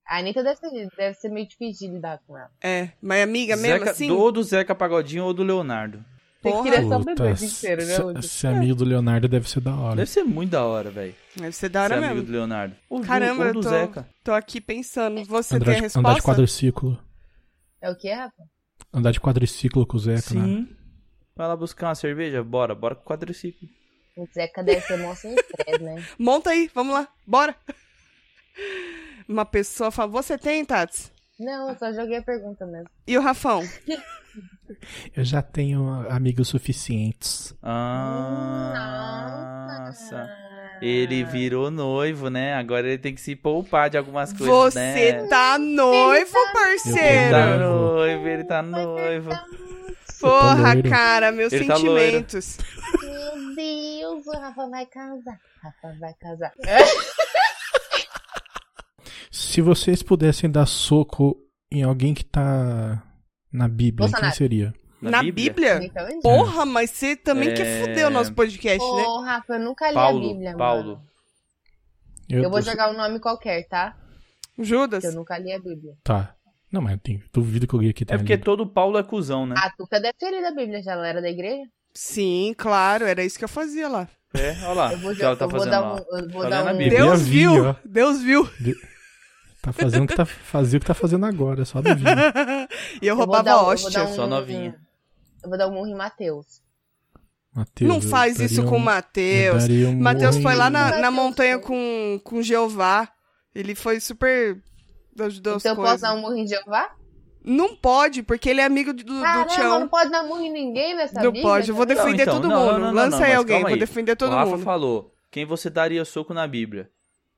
S2: A Anitta deve ser, deve ser meio difícil de lidar com ela.
S3: É, mas amiga mesmo,
S1: Zeca,
S3: assim?
S1: do- ou do Zeca Pagodinho ou do Leonardo.
S2: Você
S3: Porra.
S2: queria só
S4: Puta,
S2: beber o dia inteiro, né,
S4: se-
S2: Lucas?
S4: Ser amigo do Leonardo deve ser da hora.
S1: Deve ser muito da hora, velho.
S3: Deve ser da
S1: Ser
S3: hora
S1: é amigo
S3: mesmo.
S1: do Leonardo. Ou do-
S3: Caramba,
S1: ou
S3: eu
S1: do
S3: tô-
S1: Zeca.
S3: Tô aqui pensando. Você
S4: Andar,
S3: tem a
S4: de,
S3: resposta?
S4: andar de quadriciclo.
S2: É o que, Rafa?
S4: Andar de quadriciclo com o Zeca, né?
S1: Sim. Vai lá buscar uma cerveja? Bora, bora com o quadriciclo.
S2: O Zeca deve ser mó sem estresse, né?
S3: Monta aí, vamos lá, bora. Uma pessoa fala, você tem, Tats?
S2: Não, eu só joguei a pergunta mesmo.
S3: E o Rafão?
S4: Eu já tenho amigos suficientes.
S1: Ah, nossa. Ele
S2: Ah,
S1: virou noivo, né? Agora ele tem que se poupar de algumas coisas,
S3: Você é
S1: né?
S3: tá noivo,
S1: Ele tá
S3: parceiro?
S1: noivo, ele tá noivo.
S4: Eu tô
S3: Porra,
S4: loiro.
S3: cara, meus
S1: Ele tá
S3: sentimentos.
S2: Meu Deus, o Rafa vai casar. Rafa vai casar.
S1: É?
S4: Se vocês pudessem dar soco em alguém que tá na Bíblia,
S2: Bolsonaro.
S4: quem seria?
S3: Na Bíblia?
S2: Então, gente.
S3: Porra, mas você também quer
S1: É.
S3: fuder o nosso podcast,
S2: Ô,
S3: né?
S2: Rafa, eu nunca li
S1: Paulo,
S2: a Bíblia,
S1: Paulo.
S2: mano. Eu vou jogar um nome qualquer, tá?
S3: Judas.
S2: Porque eu nunca li a Bíblia.
S4: Tá. Não, mas eu tenho- duvido que alguém aqui
S1: É
S4: tenha
S1: porque
S4: lido.
S1: todo Paulo é cuzão, né?
S2: A Tuca Ah, deve ter lido a Bíblia, já ela era da igreja.
S3: Sim, claro, era isso que eu fazia lá.
S1: É, olha lá.
S2: Eu vou,
S1: o que ela tá
S2: eu vou
S1: fazendo
S2: dar
S1: lá.
S2: um. Eu vou
S1: Tá
S2: dar
S1: lendo a
S2: um...
S1: Bíblia.
S3: Deus
S4: vi,
S3: viu,
S4: ó.
S3: Deus viu.
S4: Tá fazendo o que tá, fazia o que tá fazendo agora, só duvido.
S3: e eu
S2: vou
S3: roubava
S2: dar- eu
S3: a
S2: vou
S3: hóstia.
S2: dar um-
S1: Só novinha.
S2: Eu vou dar um murro em Mateus.
S4: Mateus,
S3: Não
S4: eu
S3: faz
S4: daria
S3: isso
S4: um-
S3: com o
S4: eu
S3: Mateus.
S4: daria um
S3: Mateus
S4: bom-
S3: foi lá na, na
S2: Mateus
S3: montanha
S2: foi.
S3: com, com Jeová. Ele foi super.
S2: então
S3: Ajudou as
S2: eu posso
S3: coisas.
S2: dar um murro em Jeová?
S3: Não pode, porque ele é amigo do, do
S2: Caramba, não
S3: Tião.
S2: pode dar murro em ninguém nessa
S3: Não
S2: Bíblia.
S3: pode, eu vou
S2: tá vendo?
S3: defender
S1: então,
S3: todo
S1: não,
S3: mundo.
S1: não, não,
S3: Lança
S1: não,
S3: aí
S1: mas
S3: alguém,
S1: calma
S3: vou
S1: aí.
S3: defender todo
S1: o Rafa
S3: mundo.
S1: falou, quem você daria soco na Bíblia?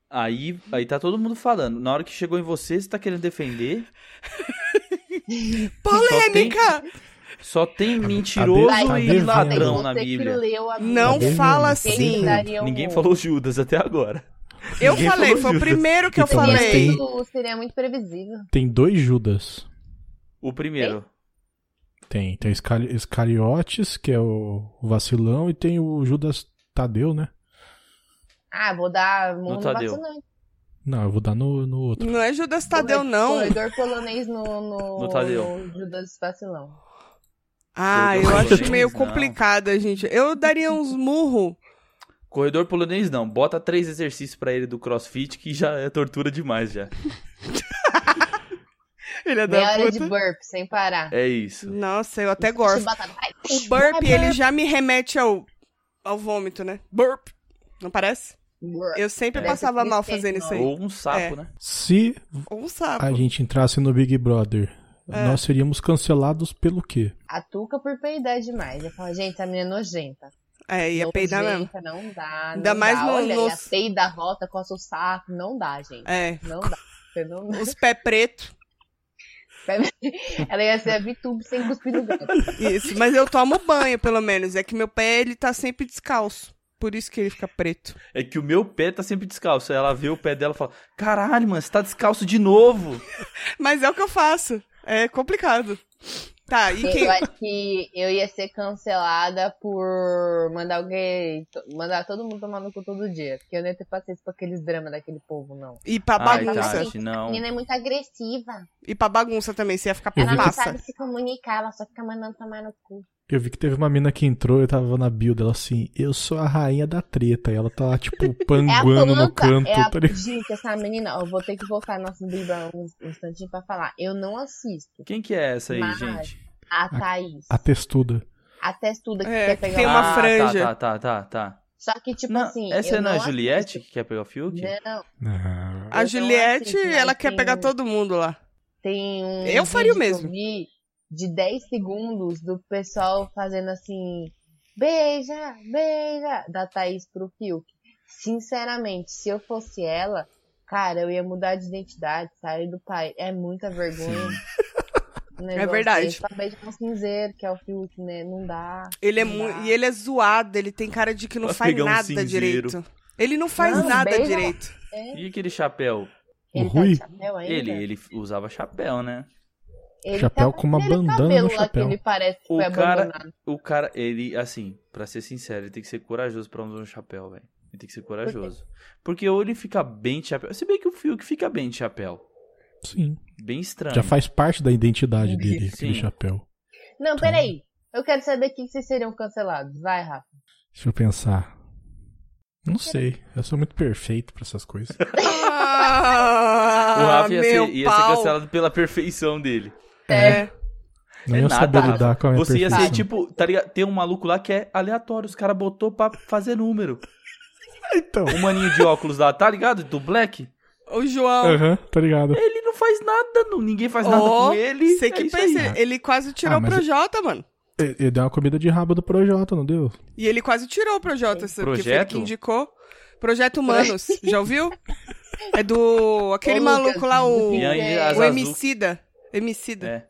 S1: Aí, aí tá todo mundo falando. Na hora que chegou em você, você tá querendo defender?
S3: Polêmica!
S1: Só tem mentiroso
S4: Tá
S1: e
S4: devendo.
S1: ladrão
S2: Você
S1: na
S2: que
S1: Bíblia.
S2: leu a Bíblia.
S3: Não
S4: Tá bem,
S3: fala
S4: né?
S3: assim.
S4: Tá
S2: daria um-
S1: Ninguém falou Judas até agora.
S3: Eu
S1: Ninguém
S3: falei,
S1: falou
S3: foi o
S1: Judas.
S3: primeiro que eu
S4: Então, mas
S3: falei.
S4: tem-
S2: Isso seria muito previsível.
S4: Tem dois Judas.
S1: O primeiro.
S4: Tem. Tem o Iscari- Iscariotes, que é o o vacilão, e tem o Judas Tadeu, né?
S2: Ah, vou dar mão
S1: No
S2: no então,
S1: Tadeu.
S2: vacinante.
S4: Não, eu vou dar no, no outro.
S3: Não é Judas Tadeu, não.
S2: né? Corredor polonês no, no,
S1: No Tadeu.
S2: no Judas Vacilão.
S3: Ah, eu
S1: Corredor
S3: acho
S1: polonês,
S3: meio
S1: não.
S3: complicada, gente. Eu daria uns murro.
S1: Corredor polonês não. Bota três exercícios pra ele do crossfit que já é tortura demais já.
S3: Ele
S2: Meia
S3: é da
S2: hora de
S3: puta.
S2: burp, sem parar.
S1: É isso.
S3: Nossa, eu até gosto.
S2: Chibatada. Vai,
S3: O burp,
S2: vai,
S3: ele já me remete ao, ao vômito, né? Burp. Não parece?
S2: burp.
S3: Eu sempre
S2: É.
S3: passava mal fazendo isso aí.
S1: Ou um sapo,
S3: É.
S1: né?
S4: Se
S3: Ou um sapo.
S4: a gente entrasse no Big Brother,
S3: É.
S4: nós seríamos cancelados pelo quê?
S2: A Tuca por peidar demais. Eu falo, gente, a menina é nojenta.
S3: É, ia peidar mesmo.
S2: Nojenta, Não dá, não
S3: Ainda mais
S2: dá.
S3: no-
S2: Olha,
S3: no-
S2: e a peida a volta, coça o saco. Não dá, gente.
S3: É.
S2: Não dá. Você não-
S3: Os pé preto.
S2: Ela ia ser a VTube sem cuspir no gato.
S3: Isso. Mas eu tomo banho, pelo menos. É que meu pé, ele tá sempre descalço. Por isso que ele fica preto.
S1: É que o meu pé tá sempre descalço. Aí ela vê o pé dela e fala: Caralho, mano, você tá descalço de novo.
S3: Mas é o que eu faço. É complicado. Tá, e quem.
S2: Eu acho que eu ia ser cancelada por mandar alguém. to- Mandar todo mundo tomar no cu todo dia. Porque eu não ia ter paciência com aqueles dramas daquele povo, não.
S3: E pra
S1: Ai,
S3: bagunça.
S1: Tati, não.
S2: é muito agressiva.
S3: E pra bagunça também, você ia ficar
S4: Eu vi que-
S3: passa.
S2: se comunicar, ela só fica mandando tomar no cu.
S4: Eu vi que teve uma mina que entrou, eu tava na bio dela assim, eu sou a rainha da treta. E ela tá lá, tipo,
S2: É a
S4: panguando
S2: planta,
S4: no canto.
S2: é a...
S4: tá ligado?
S2: Gente, essa menina, ó, eu vou ter que voltar nosso Bíblia um um instantinho pra falar. Eu não assisto
S1: Quem que é essa aí,
S2: Mas-
S1: gente?
S2: a Thaís,
S4: A testuda.
S2: a testuda que
S3: É,
S2: quer
S3: que
S2: pegar
S3: tem
S2: o-
S3: uma
S1: ah,
S3: franja.
S1: Tá, tá, tá, tá. tá.
S2: Só que, tipo
S1: Não,
S2: assim.
S1: essa
S2: eu Né?
S1: não é a
S2: assisto.
S1: Juliette que quer pegar o Fiuk?
S2: Não,
S4: Ah,
S3: A
S2: Eu
S3: Juliette,
S2: não assisto, mas
S3: ela quer
S2: tem-
S3: pegar todo mundo lá.
S2: tem um.
S3: Eu faria o
S2: vídeo
S3: mesmo.
S2: Que eu vi de 10 segundos do pessoal fazendo assim. Beija, beija, da Thaís pro Fiuk. Sinceramente, se eu fosse ela, cara, eu ia mudar de identidade, sair do pai. É muita vergonha. Um negócio
S3: É verdade.
S2: desse. Só beija um cinzeiro, que é o Fiuk, né? Não dá.
S3: Ele é
S2: Não
S3: mu-
S2: dá.
S3: e ele é zoado, ele tem cara de que não
S1: Vai
S3: faz
S1: pegar um
S3: nada
S1: cinzeiro.
S3: direito. Ele não faz
S2: Não,
S3: nada
S2: beija-
S3: direito.
S1: E aquele chapéu?
S4: O
S2: Ele
S4: Rui?
S2: tá de chapéu ainda?
S1: Ele, ele usava chapéu, né?
S2: Ele
S4: Chapéu
S2: tá
S4: com uma
S2: aquele
S4: bandana no
S2: cabelo lá
S4: chapéu.
S2: Que ele parece que
S1: O
S2: foi
S1: cara-
S2: abandonado.
S1: O cara, ele, assim, pra ser sincero, ele tem que ser corajoso pra usar um chapéu, velho. Ele tem que ser corajoso. Porque ou ele fica bem de chapéu. Se bem que o Fiuk fica bem de chapéu.
S4: sim.
S1: Bem estranho.
S4: Já faz parte da identidade dele,
S1: É. Sim.
S4: aquele chapéu.
S2: Não,
S4: Tá
S2: peraí. Eu quero saber quem que vocês seriam cancelados. Vai, Rafa.
S4: Deixa eu pensar. Não sei. Eu sou muito perfeito pra essas coisas.
S1: O
S3: Ah,
S1: Rafa ia,
S3: meu
S1: ser, ia ser
S3: pau.
S1: cancelado pela perfeição dele.
S3: É.
S4: Não
S1: É
S4: ia
S1: nada,
S4: saber
S1: Rafa.
S4: lidar com a minha
S1: Você ia
S4: perfeição.
S1: ser tipo, tá ligado? Tem um maluco lá que é aleatório, os caras botou pra fazer número.
S4: Então.
S1: O maninho de óculos lá, tá ligado? Do Black.
S3: O
S1: É.
S3: João,
S4: Aham, tá ligado?
S1: Ele não faz nada, não, ninguém faz nada
S3: Ó,
S1: com ele.
S3: você
S1: é
S3: que
S1: isso aí.
S3: pensa, ele quase tirou
S4: Ah,
S3: o
S4: mas-
S3: Projota, mano.
S4: Ele ele deu uma comida de rabo do Projota, não deu?
S3: E ele quase tirou o Projota, esse que foi ele
S1: Projeto?
S3: que indicou. Projeto Humanos, já ouviu? É do aquele
S2: Ô, Lucas,
S3: maluco lá, o,
S1: E aí,
S2: É,
S1: as
S3: o
S1: azul-
S3: Emicida. Emicida.
S1: É.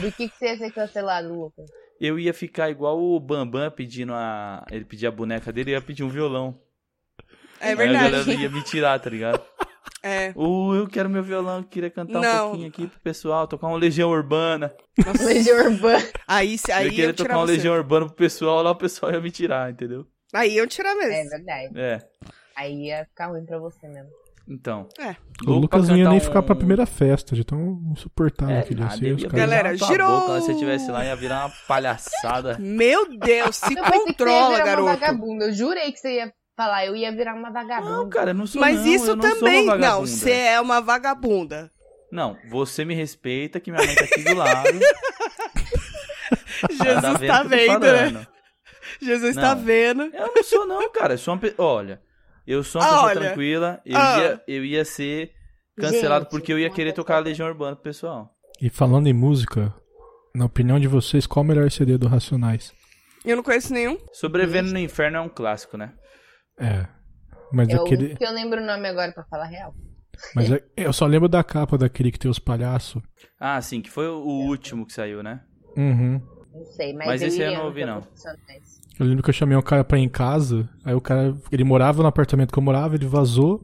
S2: Do que, que você ia ser cancelado, Lucas?
S1: Eu ia ficar igual o Bambam pedindo a. Ele pedia a boneca dele e ia pedir um violão.
S3: É,
S1: Aí a galera
S3: verdade.
S1: ia me tirar, tá ligado?
S3: É.
S1: Ô, eu quero meu violão, eu queria cantar um
S3: Não.
S1: pouquinho aqui pro pessoal, tocar uma Legião Urbana.
S2: Legião Urbana.
S3: Aí, se- aí
S1: eu
S3: eu,
S1: queria tocar
S3: tirava
S1: uma
S3: você.
S1: Legião Urbana pro pessoal, lá o pessoal ia me tirar, entendeu?
S3: Aí eu tirar
S2: É
S3: mesmo.
S2: verdade.
S1: É,
S2: Aí ia ficar ruim pra você mesmo.
S1: então.
S3: É.
S4: O
S1: Louco
S4: Lucas
S1: pra
S4: não ia
S1: cantar
S4: nem ficar
S1: um-
S4: pra primeira festa, de tão insuportável
S1: É,
S4: que ele ia
S1: ah,
S4: ser. Os
S1: devia
S4: caras...
S3: Galera,
S1: beijar na tua
S3: girou!
S1: boca, né? Se você estivesse lá, ia virar uma palhaçada.
S3: Meu Deus, se
S2: Eu pensei que você ia
S3: controla,
S2: virar uma
S3: garoto.
S2: vagabunda. Eu jurei que você ia falar, eu ia virar uma vagabunda.
S1: Não, cara, eu não sou
S3: Mas
S1: não,
S3: isso
S1: eu não sou uma
S3: também. Não,
S1: vagabunda.
S3: você é uma vagabunda.
S1: Não, você me respeita, que minha mãe tá aqui do lado.
S3: Jesus
S1: tá
S3: tá
S1: o que eu tô
S3: vendo, né?
S1: falando.
S3: Jesus
S1: Não.
S3: tá vendo.
S1: Eu não sou, não, cara. Eu sou uma pe... Olha, eu sou uma
S3: Ah,
S1: pessoa
S3: olha.
S1: tranquila. Eu,
S3: Ah. é
S1: ia, eu ia ser cancelado
S2: Gente,
S1: porque eu ia
S2: uma
S1: querer
S2: pessoa-
S1: tocar a Legião Urbana pro pessoal.
S4: E falando em música, na opinião de vocês, qual o melhor CD do Racionais?
S3: Eu não conheço nenhum.
S1: Sobrevivendo no Inferno é um clássico, né?
S4: É. Mas
S2: É o
S4: aquele.
S2: que eu lembro o nome agora pra falar real.
S4: Mas é- eu só lembro da capa daquele que tem os palhaços.
S1: Ah, sim, que foi o último que saiu, né?
S4: Uhum.
S2: Não sei, mas, é um
S1: Mas esse eu
S2: ia
S1: não
S2: nos
S1: ouvi, não.
S3: É
S2: profissionais.
S4: Eu lembro que eu chamei um cara pra ir em casa, aí o cara, ele morava no apartamento que eu morava, ele vazou.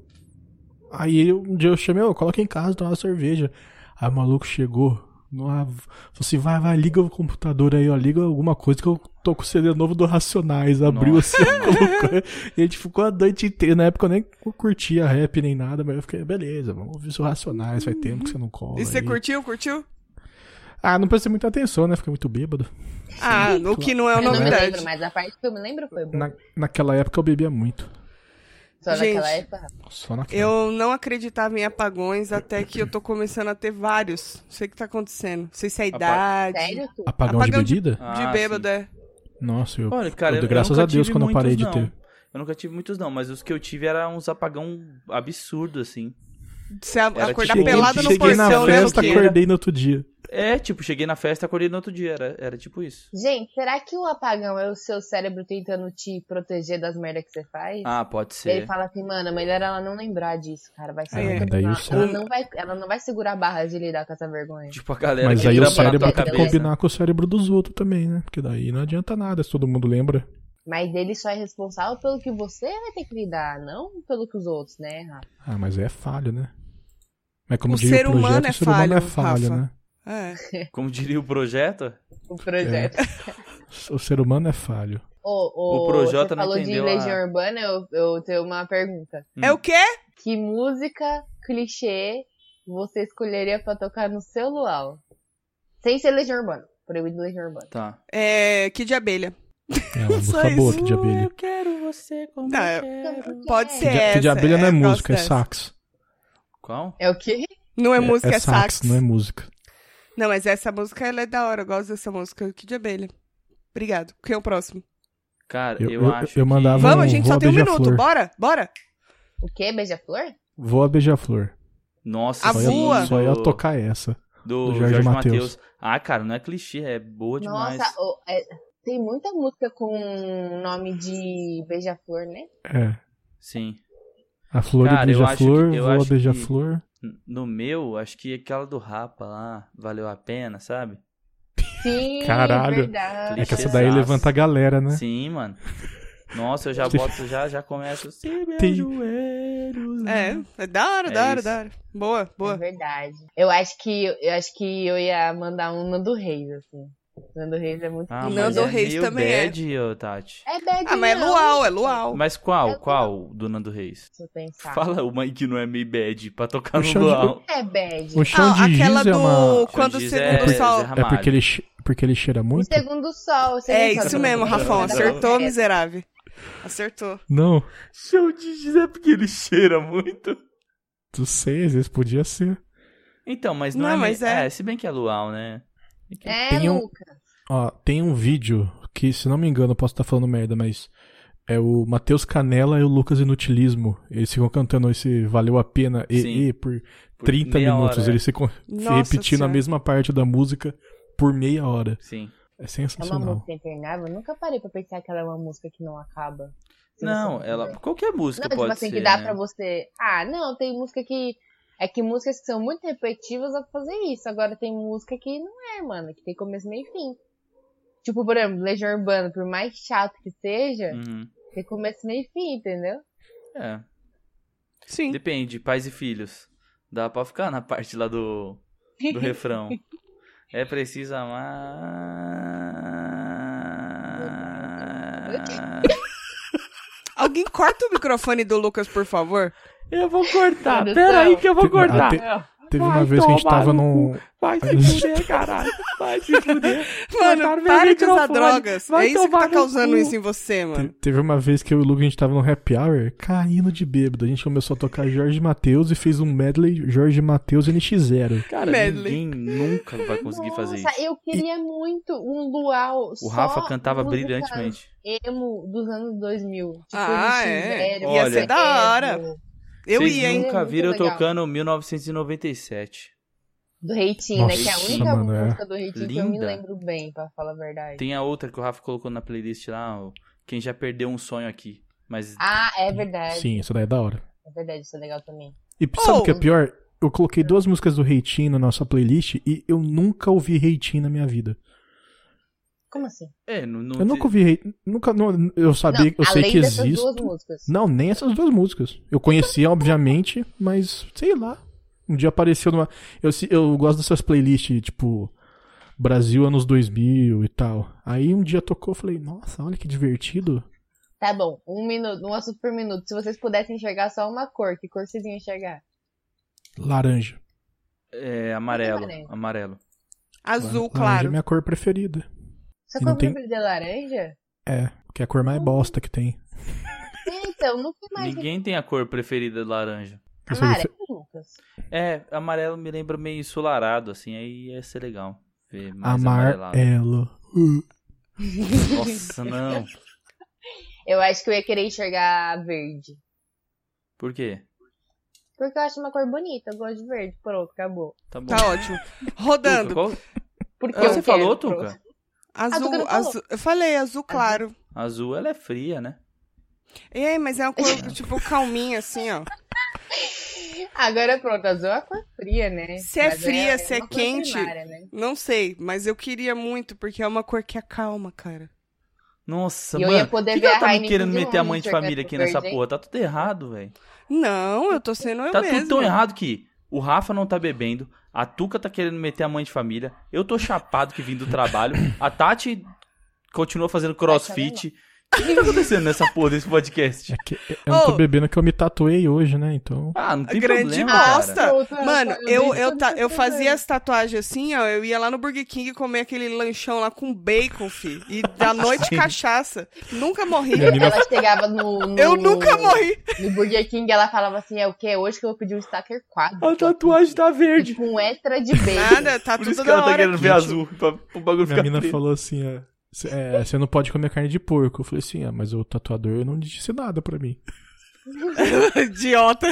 S4: Aí ele- um dia eu chamei, eu coloca em casa, tomar uma cerveja. Aí o maluco chegou, numa- falou assim, vai, vai, liga o computador aí, ó, liga alguma coisa que eu tô com o CD novo do Racionais. Abriu
S1: Nossa.
S4: assim, colocou. E a gente ficou a noite inteira, na época eu nem curtia rap nem nada, mas eu fiquei, beleza, vamos ouvir os Racionais, faz tempo que você não cola
S3: E você
S4: aí."
S3: curtiu, curtiu?
S4: Ah, não prestei muita atenção, né, fiquei muito bêbado.
S3: Ah, no que não é
S2: Eu não me
S3: novidade.
S2: lembro, mas a parte que eu me lembro foi boa.
S4: Na- naquela época eu bebia muito,
S2: Só naquela
S3: Gente,
S2: época.
S4: só naquela.
S3: Eu não acreditava em apagões até que eu tô começando a ter vários. Não sei o que tá acontecendo. Não sei se é a
S1: Apa-
S3: idade.
S2: Sério, tu?
S4: Apagão,
S3: tipo, Apagão de-
S4: de bebida?
S1: Ah,
S3: De bêbado,
S1: sim.
S3: é.
S4: Nossa, eu,
S1: Olha, cara,
S4: eu,
S1: eu
S4: graças
S1: nunca
S4: a Deus
S1: tive
S4: quando eu parei de
S1: muitos, não.
S4: ter.
S1: Eu nunca tive muitos, não, mas os que eu tive eram uns apagão absurdo, assim.
S3: Você a-
S1: Era
S3: é acordar
S1: tipo-
S3: pelado no
S4: cheguei
S3: portão,
S4: na
S3: né,
S4: festa,
S3: Luqueira?
S4: acordei no outro dia.
S1: É, tipo, cheguei na festa, acordei no outro dia, era, era tipo isso.
S2: Gente, será que o apagão é o seu cérebro tentando te proteger das merdas que você faz?
S1: Ah, pode
S2: E ele
S1: ser.
S2: fala assim, mano, melhor ela não lembrar disso, cara. Vai ser
S3: É,
S2: muito
S4: mas daí
S2: mal.
S4: o
S2: ela,
S4: cérebro-
S2: não vai, ela não vai segurar a barra de lidar com essa vergonha.
S1: Tipo, a galera
S4: Mas
S1: que
S4: aí o
S1: trampa na
S4: cérebro
S1: tua
S4: tem que
S1: cabeça.
S4: combinar com o cérebro dos outros também, né? Porque daí não adianta nada se todo mundo lembra.
S2: Mas ele só é responsável pelo que você vai ter que lidar, não pelo que os outros, né, Rafa?
S4: Ah, mas é falho, né? Mas como
S3: O
S4: diria
S3: ser
S4: o
S3: humano
S4: projeto,
S3: é
S4: o ser humano é
S3: falho,
S4: falho,
S3: Rafa.
S4: né?
S3: É.
S1: Como diria o projeto,
S2: O projeto.
S4: O ser humano é falho.
S2: O,
S1: O Projota
S2: você
S1: não
S2: falou de
S1: entendeu a-
S2: Legião Urbana, eu, eu tenho uma pergunta.
S1: Hum.
S3: É o quê?
S2: Que música clichê você escolheria pra tocar no seu luau? Sem ser Legião Urbana. Proibido Legião Urbana.
S1: tá.
S3: É. Que de abelha.
S4: É uma
S3: Só
S4: música boa
S3: isso.
S4: que de abelha.
S1: quero você como
S3: Não, eu
S1: quero.
S2: Então,
S3: Pode
S4: Que
S3: ser.
S4: de,
S3: É
S4: que de
S3: essa,
S4: abelha não
S3: é,
S4: é
S3: eu gosto
S4: música, é
S3: dessa.
S4: sax.
S1: Qual?
S2: É o quê?
S3: Não é, música, é, sax.
S4: não é música.
S3: Não, mas essa música ela é da hora. Eu gosto dessa música. Que de abelha. Obrigado. Quem é o próximo?
S1: Cara,
S4: Eu-
S1: eu,
S4: eu-
S1: acho
S4: eu
S1: que-
S4: mandava- Vamos,
S3: Vamos, a gente só
S4: vou
S3: tem um
S4: beijar
S3: minuto.
S4: flor.
S3: Bora, bora.
S2: O quê? Beija-flor?
S4: Vou a beija-flor.
S1: Nossa,
S3: A
S4: Só,
S1: sim,
S3: voa.
S4: ia, só ia
S1: do-
S4: tocar essa.
S1: do,
S4: do Jorge
S1: Jorge,
S4: Mateus.
S1: Matheus. Ah, cara, não é clichê, é boa demais.
S2: Nossa, ô, é, tem muita música com nome de beija-flor, né?
S4: É.
S1: Sim.
S4: A flor
S1: Cara,
S4: do
S1: eu acho que-
S4: beija-flor,
S1: eu
S4: vou a
S1: acho que-
S4: beija-flor.
S1: N- No meu, acho que aquela do Rapa lá, valeu a pena, sabe?
S2: Sim,
S4: Caralho.
S2: verdade.
S4: É que essa daí
S1: Clichêzaço.
S4: levanta a galera, né?
S1: Sim, mano. Nossa, eu já
S4: Tem-
S1: boto, já, já começo. Se meus
S4: Tem-
S1: joelhos.
S2: Uhum.
S1: não-"
S3: É, é da hora,
S1: É
S3: da hora,
S1: isso.
S3: da hora. Boa,
S2: É
S3: boa.
S2: verdade. Eu acho que eu acho que eu ia mandar um Nando Reis, assim. Nando Reis é muito.
S1: Ah, mas
S3: Nando
S1: é
S3: Reis
S1: meio
S3: também é.
S1: bad, ô, Tati.
S2: É bad
S3: Ah, mas é
S2: não.
S3: luau, é luau.
S1: Mas qual, qual do Nando Reis?
S2: Deixa eu pensar.
S1: Fala uma aí que não é meio bad pra tocar
S4: O
S1: no
S4: chão de-
S1: luau.
S2: É bad.
S4: O chão
S3: ah,
S4: de giz
S3: aquela
S4: é
S3: do.
S4: uma...
S3: Quando o
S1: Giz
S3: segundo
S1: é-
S3: sol.
S1: é
S4: É porque ele, che- porque ele cheira
S2: O
S4: muito?
S2: segundo sol. você É.
S3: É
S2: nem sabe
S3: isso
S2: o
S3: mesmo,
S2: nome
S3: Rafão.
S2: da
S3: Acertou,
S2: música.
S3: miserável. Acertou.
S4: Não.
S1: Chão de giz é porque ele cheira muito.
S4: Tu sei, às vezes podia ser.
S1: Então, mas não,
S3: Não,
S1: é,
S3: mas
S1: meio-
S3: é.
S1: é. se bem que é luau, né?
S2: É,
S4: Tem um-
S2: Luca.
S4: Ó, tem um vídeo que, se não me engano, eu posso estar falando merda, mas é o Matheus Canela e o Lucas Inutilismo. Eles ficam cantando esse Valeu a Pena e,
S1: Sim.
S4: e por
S1: Por
S4: 30
S1: meia
S4: minutos.
S1: hora, é.
S4: Eles ficam
S3: Nossa
S4: repetindo a
S3: Senhora.
S4: mesma parte da música por meia hora.
S1: Sim.
S2: É
S4: É
S2: uma
S4: sensacional.
S2: música internável. Eu nunca parei pra pensar que ela é uma música que não acaba. Se
S1: Não,
S2: você
S1: ela.
S2: quiser.
S1: Qualquer música
S2: Não, tipo
S1: pode
S2: assim,
S1: ser.
S2: que dá
S1: né?
S2: pra você. Ah, não, tem música que. É que músicas que são muito repetitivas dá pra fazer isso. Agora tem música que não é, mano, que tem começo, meio e fim. Tipo, por exemplo, Legião Urbana, por mais chato que seja,
S1: Uhum.
S2: tem começo, meio e fim, entendeu?
S1: É.
S3: Sim.
S1: Depende, pais e filhos. Dá pra ficar na parte lá do, do refrão. É preciso amar.
S3: Alguém corta o microfone do Lucas, por favor.
S1: Eu vou cortar.
S2: Produção.
S1: Pera aí que eu vou
S4: Tem-
S1: cortar.
S4: até- ah, Teve uma
S1: Vai
S4: vez que a gente
S1: tomar
S4: tava
S1: no
S4: num.
S1: Vai se fuder, caralho. Vai se fuder. Cortaram
S3: Mano,
S1: meu
S3: para de usar
S1: microfone.
S3: drogas.
S1: Vai
S3: É isso que
S1: tomar
S3: tá
S1: no
S3: causando
S1: cu.
S3: isso em você,
S4: Te-
S3: mano.
S4: Teve uma vez que eu e o Luke a gente tava no happy hour caindo de bêbado. A gente começou a tocar Jorge Matheus e fez um medley Jorge Matheus NX0.
S1: Cara,
S3: Medley.
S1: ninguém nunca vai conseguir fazer
S2: Nossa,
S1: isso.
S2: eu queria muito um luau.
S1: O Rafa cantava
S2: música
S1: brilhantemente.
S2: Emo dos anos 2000. Tipo,
S3: Ah,
S2: NX
S3: é?
S2: Zero,
S1: Ia
S2: NX
S1: ser
S3: da
S2: Zero.
S3: hora. Eu
S1: Vocês
S3: ia, hein?
S2: É
S1: nunca
S2: muito
S1: viram eu
S2: legal.
S1: tocando 1997.
S2: Do Reitinho, né? Que é a
S1: Nossa,
S2: única
S4: mano, é.
S2: música do Reitinho que eu me
S1: Linda.
S2: lembro bem, pra falar a verdade.
S1: Tem a outra que o Rafa colocou na playlist lá, o Quem Já Perdeu Um Sonho Aqui. Mas
S2: Ah, é verdade.
S4: Sim, isso daí é da hora.
S2: É verdade, isso é legal também.
S4: E sabe
S3: Oh.
S4: o que é pior? Eu coloquei duas músicas do Reitinho na nossa playlist e eu nunca ouvi Reitinho na minha vida.
S2: Como assim?
S1: É, não, não
S4: Eu nunca ouvi. Nunca, não, eu sabia,
S2: não,
S4: eu sei
S2: além
S4: que
S2: dessas
S4: existe.
S2: duas músicas.
S4: Não, nem essas duas músicas. Eu conhecia, obviamente, mas sei lá. Um dia apareceu numa. Eu, se- eu gosto dessas playlists, tipo. Brasil anos 2000 e tal. Aí um dia tocou, eu falei, nossa, olha que divertido.
S2: Tá bom, um minuto, um assunto por minuto. Se vocês pudessem enxergar só uma cor, que cor vocês iam enxergar?
S4: Laranja.
S1: É, amarelo.
S2: amarelo.
S1: Amarelo.
S3: Azul,
S4: Laranja é
S3: claro.
S4: minha cor preferida.
S2: Só
S4: E não
S2: cor
S4: tem-
S2: vermelha e laranja?
S4: É, que é a cor mais bosta que tem.
S2: É, Então, nunca mais.
S1: Ninguém tem a cor preferida laranja.
S4: Eu sou
S2: Amarelo, Lucas.
S1: É, amarelo me lembra meio ensolarado, assim, aí ia ser legal. Ver mais amarelado.
S4: Amarelo.
S1: Nossa, não.
S2: Eu acho que eu ia querer enxergar verde.
S1: Por quê?
S2: Porque eu acho uma cor bonita, eu gosto de verde. Pronto, acabou.
S1: Tá bom.
S3: Tá ótimo.
S1: Tuca,
S3: Rodando.
S1: qual-
S2: Porque
S1: Ah,
S2: eu
S1: você
S2: quero,
S1: falou,
S2: pronto.
S1: Tuca?
S2: Tuca
S3: Azul,
S2: não falou.
S3: azul. Eu falei, azul claro.
S1: Azul, ela é fria, né?
S3: É, mas é uma cor, tipo, calminha, assim, ó.
S2: Agora pronto, azul é uma cor fria, né?
S3: Se é
S2: Mas
S3: fria, se é
S2: uma cor
S3: quente.
S2: primária, né?
S3: Não sei, mas eu queria muito, porque é uma cor que acalma, cara.
S1: Nossa,
S2: E eu
S1: mano.
S2: ia poder
S1: Por que
S2: ver
S1: ela
S2: a
S1: tá me
S2: Heineken
S1: querendo
S2: de
S1: meter a mãe
S2: longe
S1: de família
S2: enxergando
S1: aqui nessa
S2: verde, hein?
S1: porra? Tá tudo errado, velho.
S3: Não, eu tô sendo eu
S1: Tá
S3: mesma.
S1: tudo tão errado que o Rafa não tá bebendo, a Tuca tá querendo meter a mãe de família, eu tô chapado que vim do trabalho, a Tati continua fazendo crossfit. O que que tá acontecendo nessa porra desse podcast?
S4: É que eu não tô
S3: Ô.
S4: bebendo é que eu me tatuei hoje, né? Então.
S1: Ah, não tem
S3: Grande
S1: problema,
S3: bosta.
S1: cara.
S2: Pronto, eu-
S3: Mano, eu,
S2: deixo
S3: eu,
S2: tudo
S3: ta-
S2: que
S3: eu fazia
S2: fizer.
S3: as tatuagens assim, ó. Eu ia lá no Burger King comer aquele lanchão lá com bacon, fi. E da noite
S1: Sim.
S3: cachaça. Nunca morri.
S4: Menina-
S2: Ela chegava no, no-
S3: Eu nunca morri.
S2: No Burger King ela falava assim: é o que? Hoje que eu vou pedir um Stacker 4.
S1: A tatuagem tá
S2: E,
S1: verde.
S2: Tipo um extra de bacon.
S3: Nada, tá
S1: Por
S3: tudo
S1: isso que
S3: da
S1: ela tá
S3: hora
S1: querendo
S3: aqui,
S1: ver
S3: tio.
S1: azul, pra o bagulho
S4: Minha
S1: ficar
S4: mina
S1: preto.
S4: falou assim, é, "Cê- é, você não pode comer carne de porco. Eu falei assim, é, mas o tatuador não disse nada pra mim.
S3: Idiota.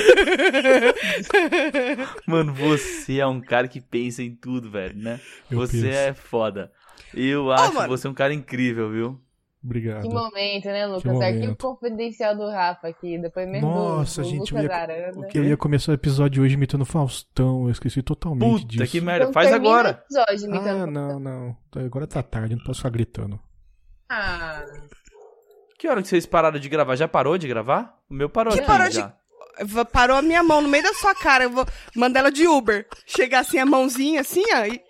S1: Mano, você é um cara que pensa em tudo, velho, né?
S4: Eu
S1: você
S4: penso.
S1: é foda. Eu acho que
S3: mano.
S1: você é um cara incrível, viu?
S4: Obrigado.
S2: Que momento, né, Lucas?
S4: Que momento.
S2: Arquivo confidencial do Rafa aqui. Depois mesmo
S4: Nossa,
S2: do, do
S4: gente, eu
S2: Lucas
S4: ia-
S2: Arana.
S4: Eu ia começar o episódio hoje imitando Faustão, eu esqueci totalmente
S1: Puta
S4: disso.
S1: que merda.
S2: Então
S1: Faz
S2: termina
S1: agora.
S2: o episódio, imitando-
S4: Ah, não, não. Agora tá tarde, não posso ficar gritando.
S2: Ah,
S1: Que hora que vocês pararam de gravar? Já parou de gravar? O meu parou
S3: Que
S1: aqui
S3: parou de-
S1: já.
S3: V- Parou a minha mão no meio da sua cara. Eu vou mandar ela de Uber. Chegar assim, a mãozinha assim, ó. E...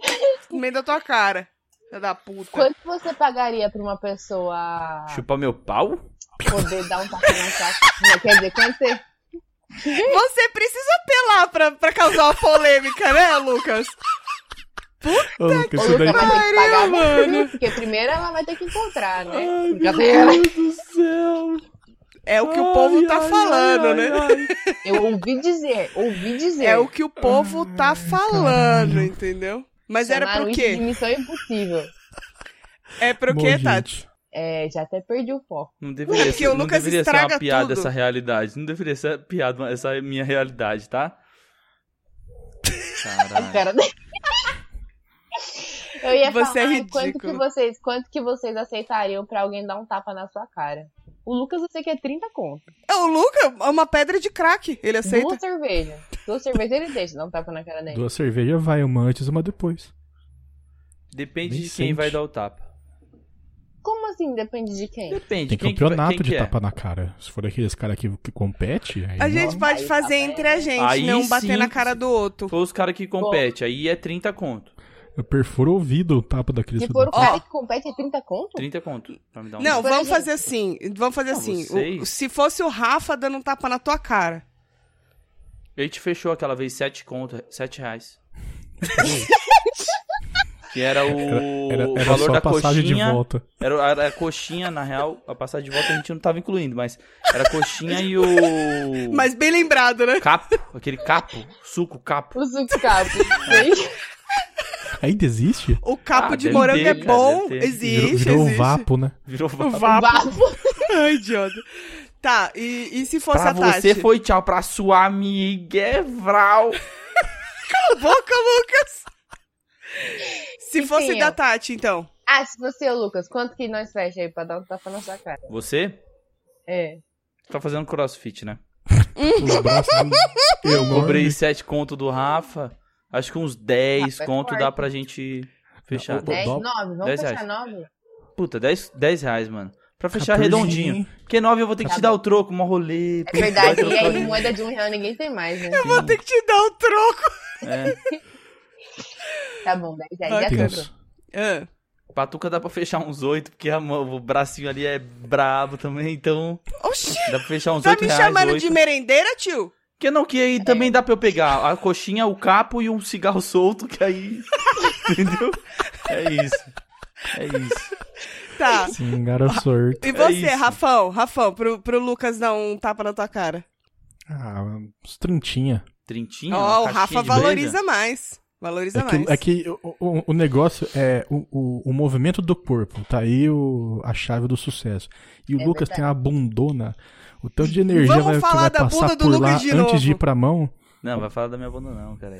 S3: No meio da tua cara. Filha da puta.
S2: quanto você pagaria pra uma pessoa
S1: Chupar meu pau?
S2: poder dar um tapa na sua Quer dizer, quanto você.
S3: Você precisa apelar pra, pra causar uma polêmica, né, Lucas?
S1: Tá
S4: Ô, Lucas,
S2: Ô,
S4: isso daí...
S2: Lucas vai ter que pagar
S3: Pariu, mano.
S2: Porque primeiro ela vai ter que encontrar, né?
S1: Ai, meu
S2: Brincadeira.
S1: Deus do céu.
S3: É o que o povo tá falando, né?
S2: Eu ouvi dizer, ouvi dizer.
S3: É o que o povo
S1: Ah,
S3: tá
S1: então.
S3: falando,
S4: caralho.
S3: entendeu? Mas era
S2: Chamaram
S3: pro
S2: isso é de
S3: quê?
S2: missão impossível.
S3: É pro
S4: Bom,
S3: quê,
S4: gente,
S3: Tati?
S2: É, já até perdi o foco.
S1: Não deveria,
S3: Porque
S1: ser,
S3: o
S1: não
S3: Lucas
S1: deveria ser
S3: estraga
S1: uma piada
S3: tudo.
S1: essa realidade. Não deveria ser piada essa minha realidade, tá?
S2: A
S1: Caralho.
S2: cara dele. né? Eu ia
S3: Você é
S2: falar quanto
S3: ridículo.
S2: que vocês, quanto que vocês aceitariam pra alguém dar um tapa na sua cara. O Lucas eu sei que é 30 conto.
S3: É, O Lucas é uma pedra de crack, ele aceita.
S2: Duas cervejas. Duas cervejas ele deixa dar um tapa na cara dele.
S4: Duas cervejas vai, uma antes uma depois.
S1: Depende
S4: Nem
S1: de quem
S4: sente.
S1: vai dar o tapa.
S2: Como assim depende de quem?
S1: Depende.
S4: Tem
S1: quem que vai-
S4: campeonato
S1: quem que
S4: de
S1: é?
S4: tapa na cara. Se for aqueles cara que, que compete, aí
S3: A
S4: não.
S3: gente pode
S2: Aí tá
S3: fazer entre a gente,
S1: Aí
S3: não bater
S1: sim.
S3: na cara do outro.
S1: Foi os caras que competem. Aí é 30 conto.
S4: eu perfuro o ouvido o tapa daqueles.
S2: Se for o
S3: Ó.
S2: cara que compete é 30 conto?
S1: 30 conto. Pra me dar um
S3: Não,
S1: tapa.
S2: Por
S3: vamos
S2: exemplo.
S3: fazer assim. Vamos fazer
S1: Não,
S3: assim.
S1: vocês.
S3: O- se fosse o Rafa dando um tapa na tua cara.
S1: A gente fechou aquela vez 7 conto, 7 reais. que era o,
S4: Era,
S1: o
S4: era
S1: valor
S4: só
S1: da
S4: a passagem
S1: coxinha.
S4: de volta.
S1: Era, era a coxinha, na real. A passagem de volta a gente não tava incluindo, mas era a coxinha e o.
S3: Mas bem lembrado, né?
S1: Capo, aquele capo, suco, capo.
S2: O Zucapo. gente.
S4: Ainda existe?
S3: O capo
S1: Ah,
S3: de
S1: deve
S3: morango
S1: ter,
S3: é
S1: cara, deve
S3: bom.
S1: ter.
S4: Virou,
S3: Existe,
S4: virou um
S3: existe.
S4: vapo, né?
S1: Virou
S3: O
S1: vapo.
S3: vapo.
S2: Vapo.
S3: Ai, idiota. Tá, e, e se fosse
S1: Pra
S3: a Tati?
S1: você foi tchau, pra sua amiga é Vral.
S3: Cala a boca, Lucas! Se
S2: E
S3: fosse
S2: quem
S3: da
S2: eu?
S3: Tati, então.
S2: Ah, se você, Lucas, quanto que nós fecha aí pra dar um tapa na sua cara?
S1: Você
S2: É.
S1: tá fazendo crossfit, né?
S4: Os braços dele enorme.
S1: Cobrei 7 conto do Rafa. Acho que uns 10
S2: Rafa é
S1: conto
S2: forte.
S1: dá pra gente fechar.
S4: Pô, Não, o-
S2: 10,
S4: dá-
S2: 9? Vamos
S1: 10
S2: fechar
S1: reais.
S2: 9?
S1: Puta, 10, 10 reais, mano. Pra fechar
S4: 14,
S1: redondinho.
S4: hein?
S1: Porque 9 eu vou ter que te dar o troco, mó rolê.
S2: Tá É verdade,
S1: puta,
S2: e aí
S1: troco.
S2: moeda de um real ninguém tem mais, né?
S3: Vou ter que te dar o troco.
S1: É,
S2: Tá bom, 10
S3: Ai,
S2: reais já
S4: Deus.
S2: tudo.
S1: É.
S3: Ah,
S1: patuca dá pra fechar uns 8, porque a mão- o bracinho ali é brabo também, então
S3: Oxi,
S1: dá pra fechar uns
S3: tá
S1: 8
S3: me
S1: reais.
S3: chamando
S1: oito.
S3: de É. merendeira, tio?
S1: Que não, que aí também dá pra eu pegar a coxinha, o capo e um cigarro solto, que aí. Entendeu? É isso. É isso. É
S3: Tá.
S4: Sim, garoto sorto.
S3: E você,
S1: isso.
S3: Rafão? Rafão, pro, pro Lucas dar um tapa na tua cara.
S4: Ah, uns trintinha.
S1: Trintinha?
S3: Ó, o
S1: uma
S3: Rafa
S1: caixinha de breja?
S3: valoriza mais. Valoriza
S4: É que,
S3: mais.
S4: é que o, o- o negócio é o, o- o movimento do corpo, tá aí o- a chave do sucesso. E o
S2: É
S4: Lucas
S2: verdade.
S4: tem uma bundona, o tanto de energia
S3: Vamos
S4: vai, que
S3: falar
S4: vai
S3: da bunda
S4: passar
S3: do
S4: por
S3: Lucas
S4: lá
S3: de
S4: antes de ir
S3: novo.
S4: pra mão.
S1: Não, vai falar da minha bunda, não, cara.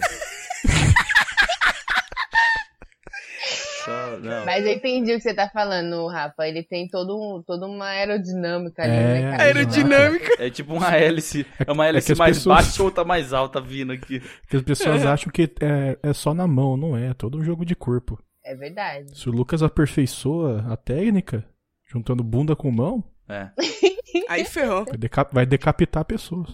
S1: Só, não.
S2: Mas eu entendi o que você tá falando, Rafa. Ele tem todo um, toda uma aerodinâmica ali,
S4: É,
S2: né, cara?
S3: Aerodinâmica.
S1: É tipo uma hélice. É uma
S4: É
S1: hélice
S4: que as
S1: mais
S4: pessoas-
S1: baixa ou outra mais alta vindo aqui.
S4: Que as pessoas acham que é, é só na mão, não é? É todo um jogo de corpo.
S2: É verdade.
S4: Se o Lucas aperfeiçoa a técnica, juntando bunda com mão,
S1: É.
S3: Aí ferrou.
S4: vai, deca- vai decapitar pessoas.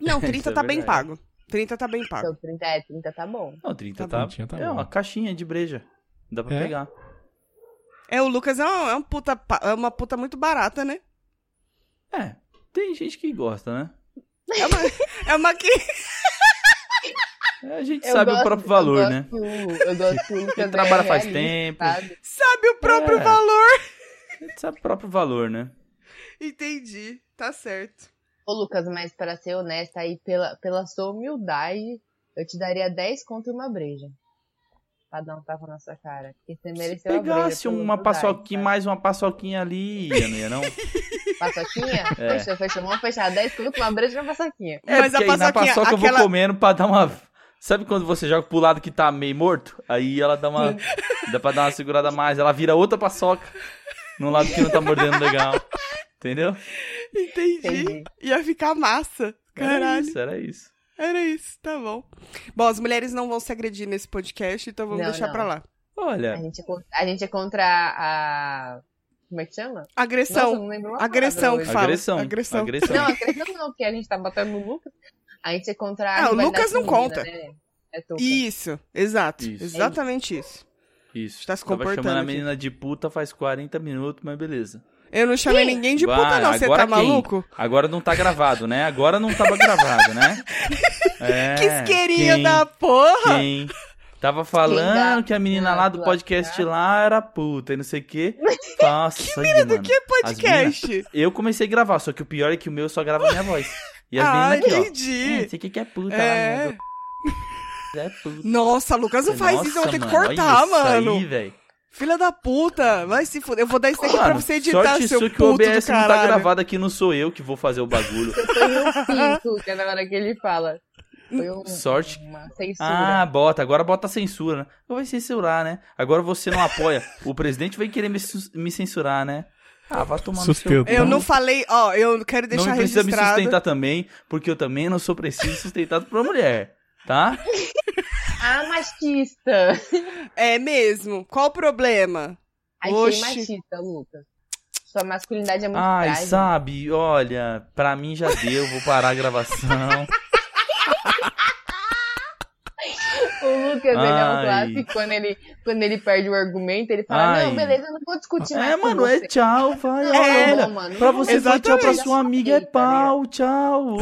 S3: Não,
S1: Isso
S3: 30
S1: é
S3: tá bem
S1: verdade.
S3: pago. 30 tá bem
S1: Ah.
S3: pago.
S2: Então, 30, é, 30 tá bom.
S1: Não, 30
S4: Tá
S1: tá.
S4: bom, tinha, tá
S1: é
S4: bom.
S1: uma caixinha de breja. Dá pra
S4: É?
S1: pegar.
S3: É, o Lucas é, um, é um puta, pa- é uma puta muito barata, né?
S1: É. Tem gente que gosta, né?
S3: É uma, é uma que...
S1: É, A gente
S2: Eu
S1: sabe
S2: gosto-
S1: o próprio valor,
S2: eu
S1: né?
S2: gosto- Eu gosto que o Lucas
S1: Ele
S2: é
S1: trabalha faz
S2: realista, tá?
S1: tempo.
S2: sabe?
S3: sabe o próprio
S1: É.
S3: valor.
S1: A gente sabe o próprio valor, né?
S3: Entendi, tá certo.
S2: Ô, Lucas, mas pra ser honesta aí, pela, pela sua humildade, eu te daria 10 conto e uma breja. Pra dar um tapa na sua cara. Porque você
S1: Se
S2: mereceu a breja. tá?
S1: pegasse
S2: pela
S1: uma
S2: humildade,
S1: paçoquinha,
S2: sabe?
S1: mais uma paçoquinha ali, ia, não ia não?
S2: Paçoquinha?
S1: É.
S2: Fechou, fechou. Vamos fechar. 10 conto, uma breja e uma paçoquinha.
S1: É,
S3: Mas
S1: porque
S3: a
S1: aí na
S3: paçoquinha,
S1: paçoca eu
S3: aquela-
S1: vou comendo pra dar uma... Sabe quando você joga pro lado que tá meio morto? Aí ela dá uma... dá pra dar uma segurada a mais. Ela vira outra paçoca num lado que não tá mordendo legal. Entendeu? É
S3: Entendi.
S2: Entendi.
S3: Ia ficar massa.
S1: Era
S3: Caralho.
S1: isso, era isso.
S3: Era isso, tá bom. Bom, as mulheres não vão se agredir nesse podcast, então vamos
S2: Não,
S3: deixar
S2: não.
S3: pra lá.
S2: A
S1: Olha,
S2: gente, é con- a gente é contra a. Como é que chama? Nossa, eu
S3: Agressão.
S2: não lembro uma palavra
S3: agressão que
S2: hoje.
S3: fala.
S1: agressão.
S3: Agressão.
S2: Não, agressão não, porque a gente tá batendo no Lucas. A gente é contra a.
S3: Ah, o
S2: rivalidade
S3: Lucas não
S2: feminina,
S3: conta.
S2: né? É tuca.
S3: Isso, exato.
S1: Isso.
S3: Exatamente isso.
S1: Isso.
S3: Tá se
S1: Tava
S3: comportando
S1: chamando a
S3: aqui.
S1: menina de puta faz 40 minutos, mas beleza.
S3: Eu não chamei ninguém de
S1: Vai,
S3: puta, não. Você
S1: agora
S3: tá
S1: quem?
S3: maluco?
S1: Agora não tá gravado, né? Agora não tava gravado, né? É,
S3: que isqueirinho
S1: quem-
S3: da porra!
S1: Quem tava falando
S2: dá
S1: que a menina lá do
S2: pra
S1: podcast
S2: lascar?
S1: lá era puta e não sei o quê. Nossa, que mano.
S3: Que
S1: As
S3: podcast?
S1: Eu comecei a gravar, só que o pior é que o meu só grava a minha voz. E as
S3: Ah,
S1: meninas aqui, ó.
S3: entendi.
S1: "É, Você que que é puta
S3: É.
S1: lá, né? É puta.
S3: Nossa, Lucas não faz isso, eu vou ter que cortar, mano. Filha da puta, vai se fuder. Eu vou dar isso daqui pra você editar,
S1: sorte
S3: seu
S1: sua que o
S3: puto do
S1: OBS não tá
S3: caralho.
S1: gravado aqui, não sou eu que vou fazer o bagulho.
S2: Foi um pico, que é na hora que ele fala. Foi um,
S1: Sorte.
S2: uma censura.
S1: Ah, bota. Agora bota a censura, né? Vai censurar, né? Agora você não apoia. O presidente vai querer me, sus- me censurar, né? Ah, vai tomar no seu...
S4: Sustento.
S3: Eu não falei, ó, eu quero deixar
S1: não me precisa me
S3: registrado.
S1: sustentar também, porque eu também não sou preciso sustentado por uma mulher, tá?
S2: Ah, machista.
S3: É mesmo. Qual o problema?
S2: Achei
S3: Oxi.
S2: machista, Lucas. Sua masculinidade é muito
S1: Ai,
S2: frágil.
S1: sabe, olha, pra mim já deu, vou parar a gravação.
S2: O Lucas, ele é um
S1: Ai.
S2: clássico. Quando ele, quando ele perde o argumento, ele fala:
S1: Ai.
S2: Não, beleza, eu não vou discutir mais.
S1: É,
S2: com
S1: mano, é
S2: você."
S1: tchau, vai,
S2: Não,
S3: É,
S1: olha.
S2: não, mano,
S1: Pra
S2: não
S1: você foi tchau, pra
S2: exatamente.
S1: sua amiga é
S2: Tá ligado?
S1: pau, tchau. ô.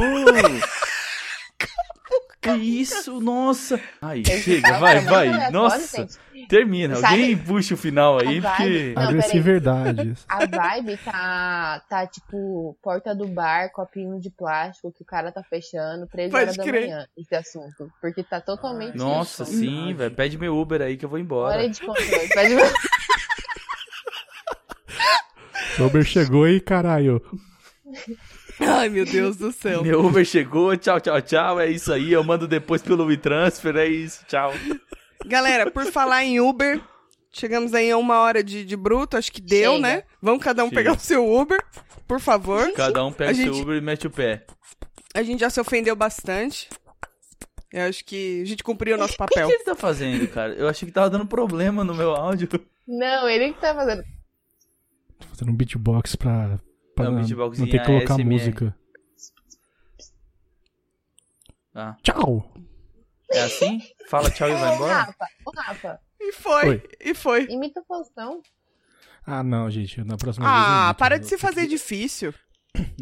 S1: Que isso, nossa. Aí, chega, vai, vai. Nossa, termina.
S2: Sabe-
S1: Alguém puxa o final aí,
S2: Vai.
S1: porque.
S2: Não,
S4: Agressividade.
S2: A vibe tá, tá tipo porta do bar, copinho de plástico que o cara tá fechando, três
S3: Pode
S2: horas
S3: crer.
S2: da manhã, esse assunto. Porque tá totalmente.
S1: Nossa,
S2: isso.
S1: sim, velho. Pede meu Uber aí que eu vou embora.
S2: Hora de controle. tipo, Pode-
S4: O Uber chegou e caralho.
S3: Ai, meu Deus do céu.
S1: Meu Uber chegou, tchau, tchau, tchau. É isso aí, eu mando depois pelo WeTransfer, é isso, tchau.
S3: Galera, por falar em Uber, chegamos aí a uma hora de, de bruto, acho que deu,
S2: Chega.
S3: né? Vamos cada um
S1: Chega.
S3: pegar o seu Uber, por favor.
S1: Cada um pega
S3: A
S1: o seu
S3: gente-
S1: Uber e mete o pé.
S3: A gente já se ofendeu bastante. Eu acho que a gente cumpriu o nosso
S1: O
S3: papel.
S1: que ele tá fazendo, cara? Eu achei que tava dando problema no meu áudio.
S2: Não, ele que tá fazendo.
S4: Fazendo um beatbox pra, pra
S1: É um
S4: não,
S1: beatboxzinho
S4: não ter que colocar
S1: ASMR.
S4: música.
S1: Ah,
S4: Tchau!
S1: é assim? Fala tchau e vai
S2: Ô,
S1: embora?
S2: Rafa, ô, Rafa,
S3: E foi,
S4: Oi.
S3: e foi.
S2: imita o Faustão.
S4: Ah, não, gente. Na próxima vez. eu
S3: Ah,
S4: imito.
S3: para
S4: Eu
S3: de se
S4: tenho
S3: fazer
S4: que-
S3: difícil.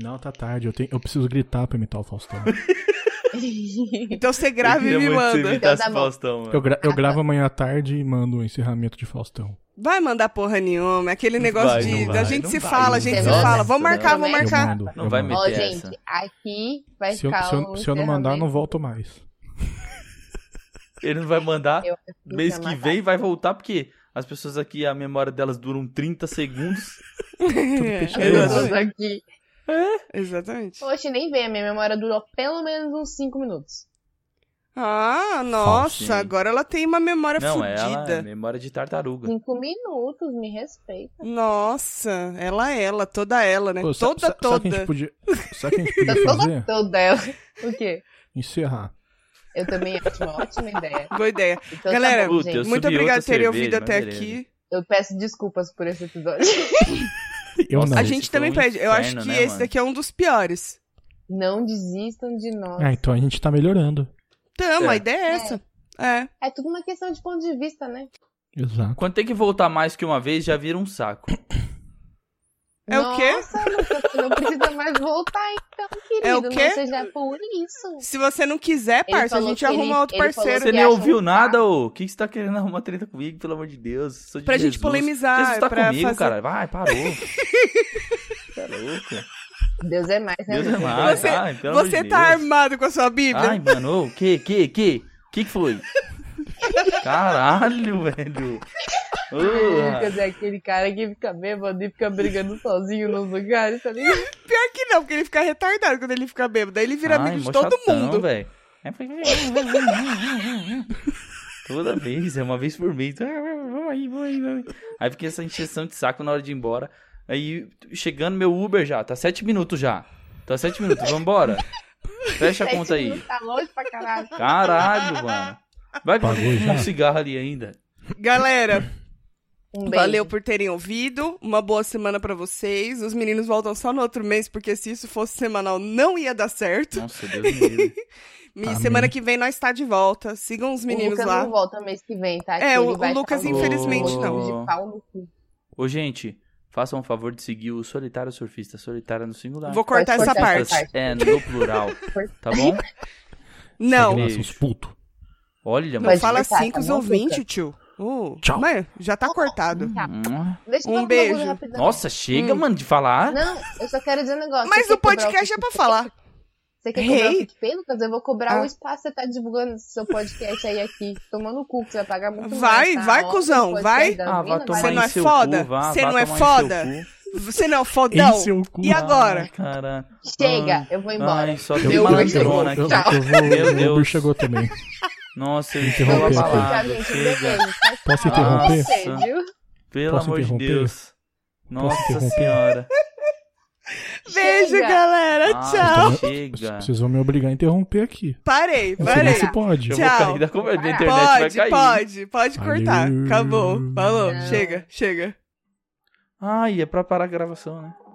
S4: Não, tá tarde. Eu, tenho... eu preciso gritar pra imitar o Faustão.
S3: Então você grava e
S1: Eu queria
S3: me
S1: muito que você
S3: manda.
S1: imitasse
S2: Então tá bom.
S1: Faustão, mano.
S4: Eu, gra- eu gravo amanhã à tarde e mando o encerramento de Faustão.
S3: Vai mandar porra nenhuma. é Aquele negócio
S1: vai,
S3: de.
S1: não
S3: a
S1: vai,
S3: gente
S1: não
S3: se
S1: vai,
S3: fala, a
S1: não
S3: gente se
S1: vai.
S3: fala. Vamos
S1: Nossa,
S3: marcar, vamos
S2: eu
S4: Eu
S3: marcar.
S4: mando.
S1: Não
S4: eu
S1: vai
S4: mando.
S1: meter
S2: Ó, gente,
S1: é essa.
S2: aqui vai
S4: Se eu,
S2: ficar
S4: se eu-
S2: o
S4: se eu não mandar, eu não
S2: encerramento.
S4: volto mais.
S1: Ele não vai mandar.
S2: Eu acho que
S1: Mês
S2: vai
S1: que
S2: matar.
S1: vem vai voltar, porque as pessoas aqui, a memória delas duram 30 segundos.
S3: É,
S4: fechado.
S2: Todos
S3: exatamente.
S2: aqui.
S3: Exatamente.
S2: Poxa, nem vem, a minha memória durou pelo menos uns 5 minutos.
S3: Ah, nossa,
S1: Falsinha.
S3: agora ela tem uma memória
S1: não, ela é
S3: fodida.
S1: memória de tartaruga.
S2: 5 minutos, me respeita.
S3: Nossa, ela, ela, toda ela, né?
S4: Pô, sa-
S3: toda,
S4: sa- Sabe o que a
S3: toda.
S4: gente podia, sabe o que a gente
S2: Tá
S4: podia
S2: toda,
S4: fazer?
S2: toda ela. O quê?
S4: Encerrar.
S2: Eu também acho uma ótima ideia.
S3: Boa ideia.
S2: Então,
S3: Galera,
S2: tá bom,
S1: Puta,
S2: gente.
S1: Eu
S3: Muito
S1: subi
S3: obrigado por
S1: outra
S3: terem
S1: cerveja,
S3: ouvido até
S1: mas beleza.
S3: aqui.
S2: Eu peço desculpas por esse episódio.
S4: Eu
S1: Nossa,
S4: não.
S3: A
S1: Esse
S3: gente
S1: foi
S3: também
S1: um
S3: pede. Eu acho
S1: inferno,
S3: que
S1: né,
S3: esse
S1: mano?
S3: daqui é um dos piores.
S2: Não desistam de nós.
S4: Ah, então a gente tá melhorando.
S3: Tamo,
S1: É.
S3: a ideia é essa. É.
S2: É tudo uma questão de ponto de vista, né?
S4: Exato.
S1: Quando tem que voltar mais que uma vez, já vira um saco.
S3: É o quê?
S2: Nossa, Lucas, você não precisa mais voltar então, querido.
S3: É o quê?
S2: Não seja por isso.
S3: Se você não quiser,
S2: Ele
S3: parça, a
S2: falou
S3: gente
S2: que ele-
S3: arruma outro
S2: ele falou
S3: parceiro.
S1: Você
S2: que
S1: nem
S2: acha
S1: ouviu
S2: um
S1: nada, ô. O que que você tá querendo arrumar treta comigo, pelo amor de Deus? Sou de
S3: Pra gente
S1: Jesus.
S3: polemizar,
S1: Jesus tá
S3: pra
S1: comigo,
S3: fazer-
S1: cara. Vai, parou. tá louco.
S2: Deus é mais, né?
S1: Deus é
S2: Lucas?
S1: mais.
S3: Você-
S1: Ai, pelo amor
S3: Você
S1: de
S3: tá
S1: Deus.
S3: armado com a sua Bíblia?
S1: Ai, mano, o que, que, que? Que que foi? Caralho, velho. Porra.
S2: Lucas é aquele cara que fica bêbado e fica brigando sozinho nos lugares, tá ligado?
S3: Pior que não, porque ele fica retardado quando ele fica bêbado. Daí ele vira
S1: Ai,
S3: amigo de
S1: mó
S3: todo
S1: chatão,
S3: mundo.
S1: velho. É, foi- Toda vez, é uma vez por mês. Ah, Vamos aí, vamos aí, vamos aí. Aí fica essa encheção de saco na hora de ir embora. Aí chegando meu Uber já, tá sete minutos já. Tá sete minutos, vambora. Fecha a
S2: Sete
S1: conta aí.
S2: minutos, Tá longe pra caralho.
S1: Caralho, mano. Vai com
S4: Pagou já?
S1: um cigarro ali ainda.
S3: Galera,
S2: Um beijo.
S3: valeu por terem ouvido. Uma boa semana pra vocês. Os meninos voltam só no outro mês, porque se isso fosse semanal, não ia dar certo.
S1: Nossa, Deus me livre.
S3: E
S4: Amém.
S3: semana que vem nós tá de volta. Sigam os
S2: O
S3: meninos
S2: Lucas
S3: lá.
S2: não volta mês que vem, tá?
S3: É,
S2: Que ele
S3: o- o
S2: vai
S3: Lucas,
S2: estar no-
S1: infelizmente, não.
S2: De pau no cu.
S1: Ô, gente, façam o favor de seguir o Solitário Surfista, Solitária no singular.
S3: Vou cortar
S2: Pode
S3: essa
S2: cortar
S3: parte.
S2: essa parte.
S1: É, no plural, tá bom?
S3: Não,
S4: Segue lá, seus putos.
S1: Olha,
S3: não
S1: mas...
S2: Pode
S3: fala
S2: cortar,
S3: assim com
S2: tá
S3: os
S2: bom,
S3: ouvintes, tio. Uh,
S4: Tchau.
S3: Mas já tá cortado.
S2: Deixa eu
S3: Um
S2: falar bagulho
S3: beijo.
S2: rapidão.
S1: Nossa, chega,
S4: Hum.
S1: mano, de falar.
S2: Não, eu só quero dizer um negócio.
S3: Mas
S2: Você
S3: o
S2: quer cobrar
S3: podcast é pra falar.
S2: Você quer cobrar
S3: Hey.
S2: o PicPay, Lucas? Eu vou cobrar
S3: Ah.
S2: o espaço que você tá divulgando esse seu podcast aí aqui. Tomando o cu, que você vai pagar muito
S3: Vai,
S2: mais, tá?
S3: vai,
S2: Ó,
S3: cuzão,
S2: podcast
S3: vai.
S2: da
S1: Ah, vá
S2: mina,
S1: tomar
S3: Você
S2: vai.
S1: em
S3: não é
S1: seu
S3: foda?
S1: cu, vá,
S3: Você
S1: vá
S3: não é
S1: tomar em
S3: foda?
S1: seu cu.
S3: Você não é fodão.
S4: Em seu cu.
S3: E agora?
S1: Ai, caralho.
S2: Chega, eu vou embora.
S1: Ai, só
S4: Eu,
S1: tem
S4: eu,
S2: Deu
S4: eu, eu,
S1: malandrona
S4: eu,
S1: aqui. Meu
S4: vou. Meu Uber
S1: Deus.
S4: chegou também.
S1: Nossa, eu
S4: Interrompeu,
S1: estou
S4: foi.
S1: abalado.
S2: Gente,
S1: Chega,
S2: beleza, faz
S4: Posso
S2: favor pra
S4: interromper?
S2: tá? você,
S1: Nossa.
S2: viu?
S1: pelo
S4: Posso
S1: amor de
S4: interromper?
S1: Deus. Nossa
S4: interromper?
S1: senhora.
S3: Beijo,
S2: Chega.
S3: galera.
S1: Ah,
S3: Tchau.
S1: Chega.
S4: Vocês vão me obrigar a interromper aqui.
S3: Parei,
S4: Não sei
S3: parei.
S4: nem então se pode.
S1: Eu vou
S3: Tchau.
S1: cair da conversa, da internet vai
S3: Pode,
S1: cair.
S3: pode, pode
S4: Valeu.
S3: cortar. Acabou. Falou.
S2: Não.
S3: Chega, chega.
S1: Ai, é pra parar a gravação, né?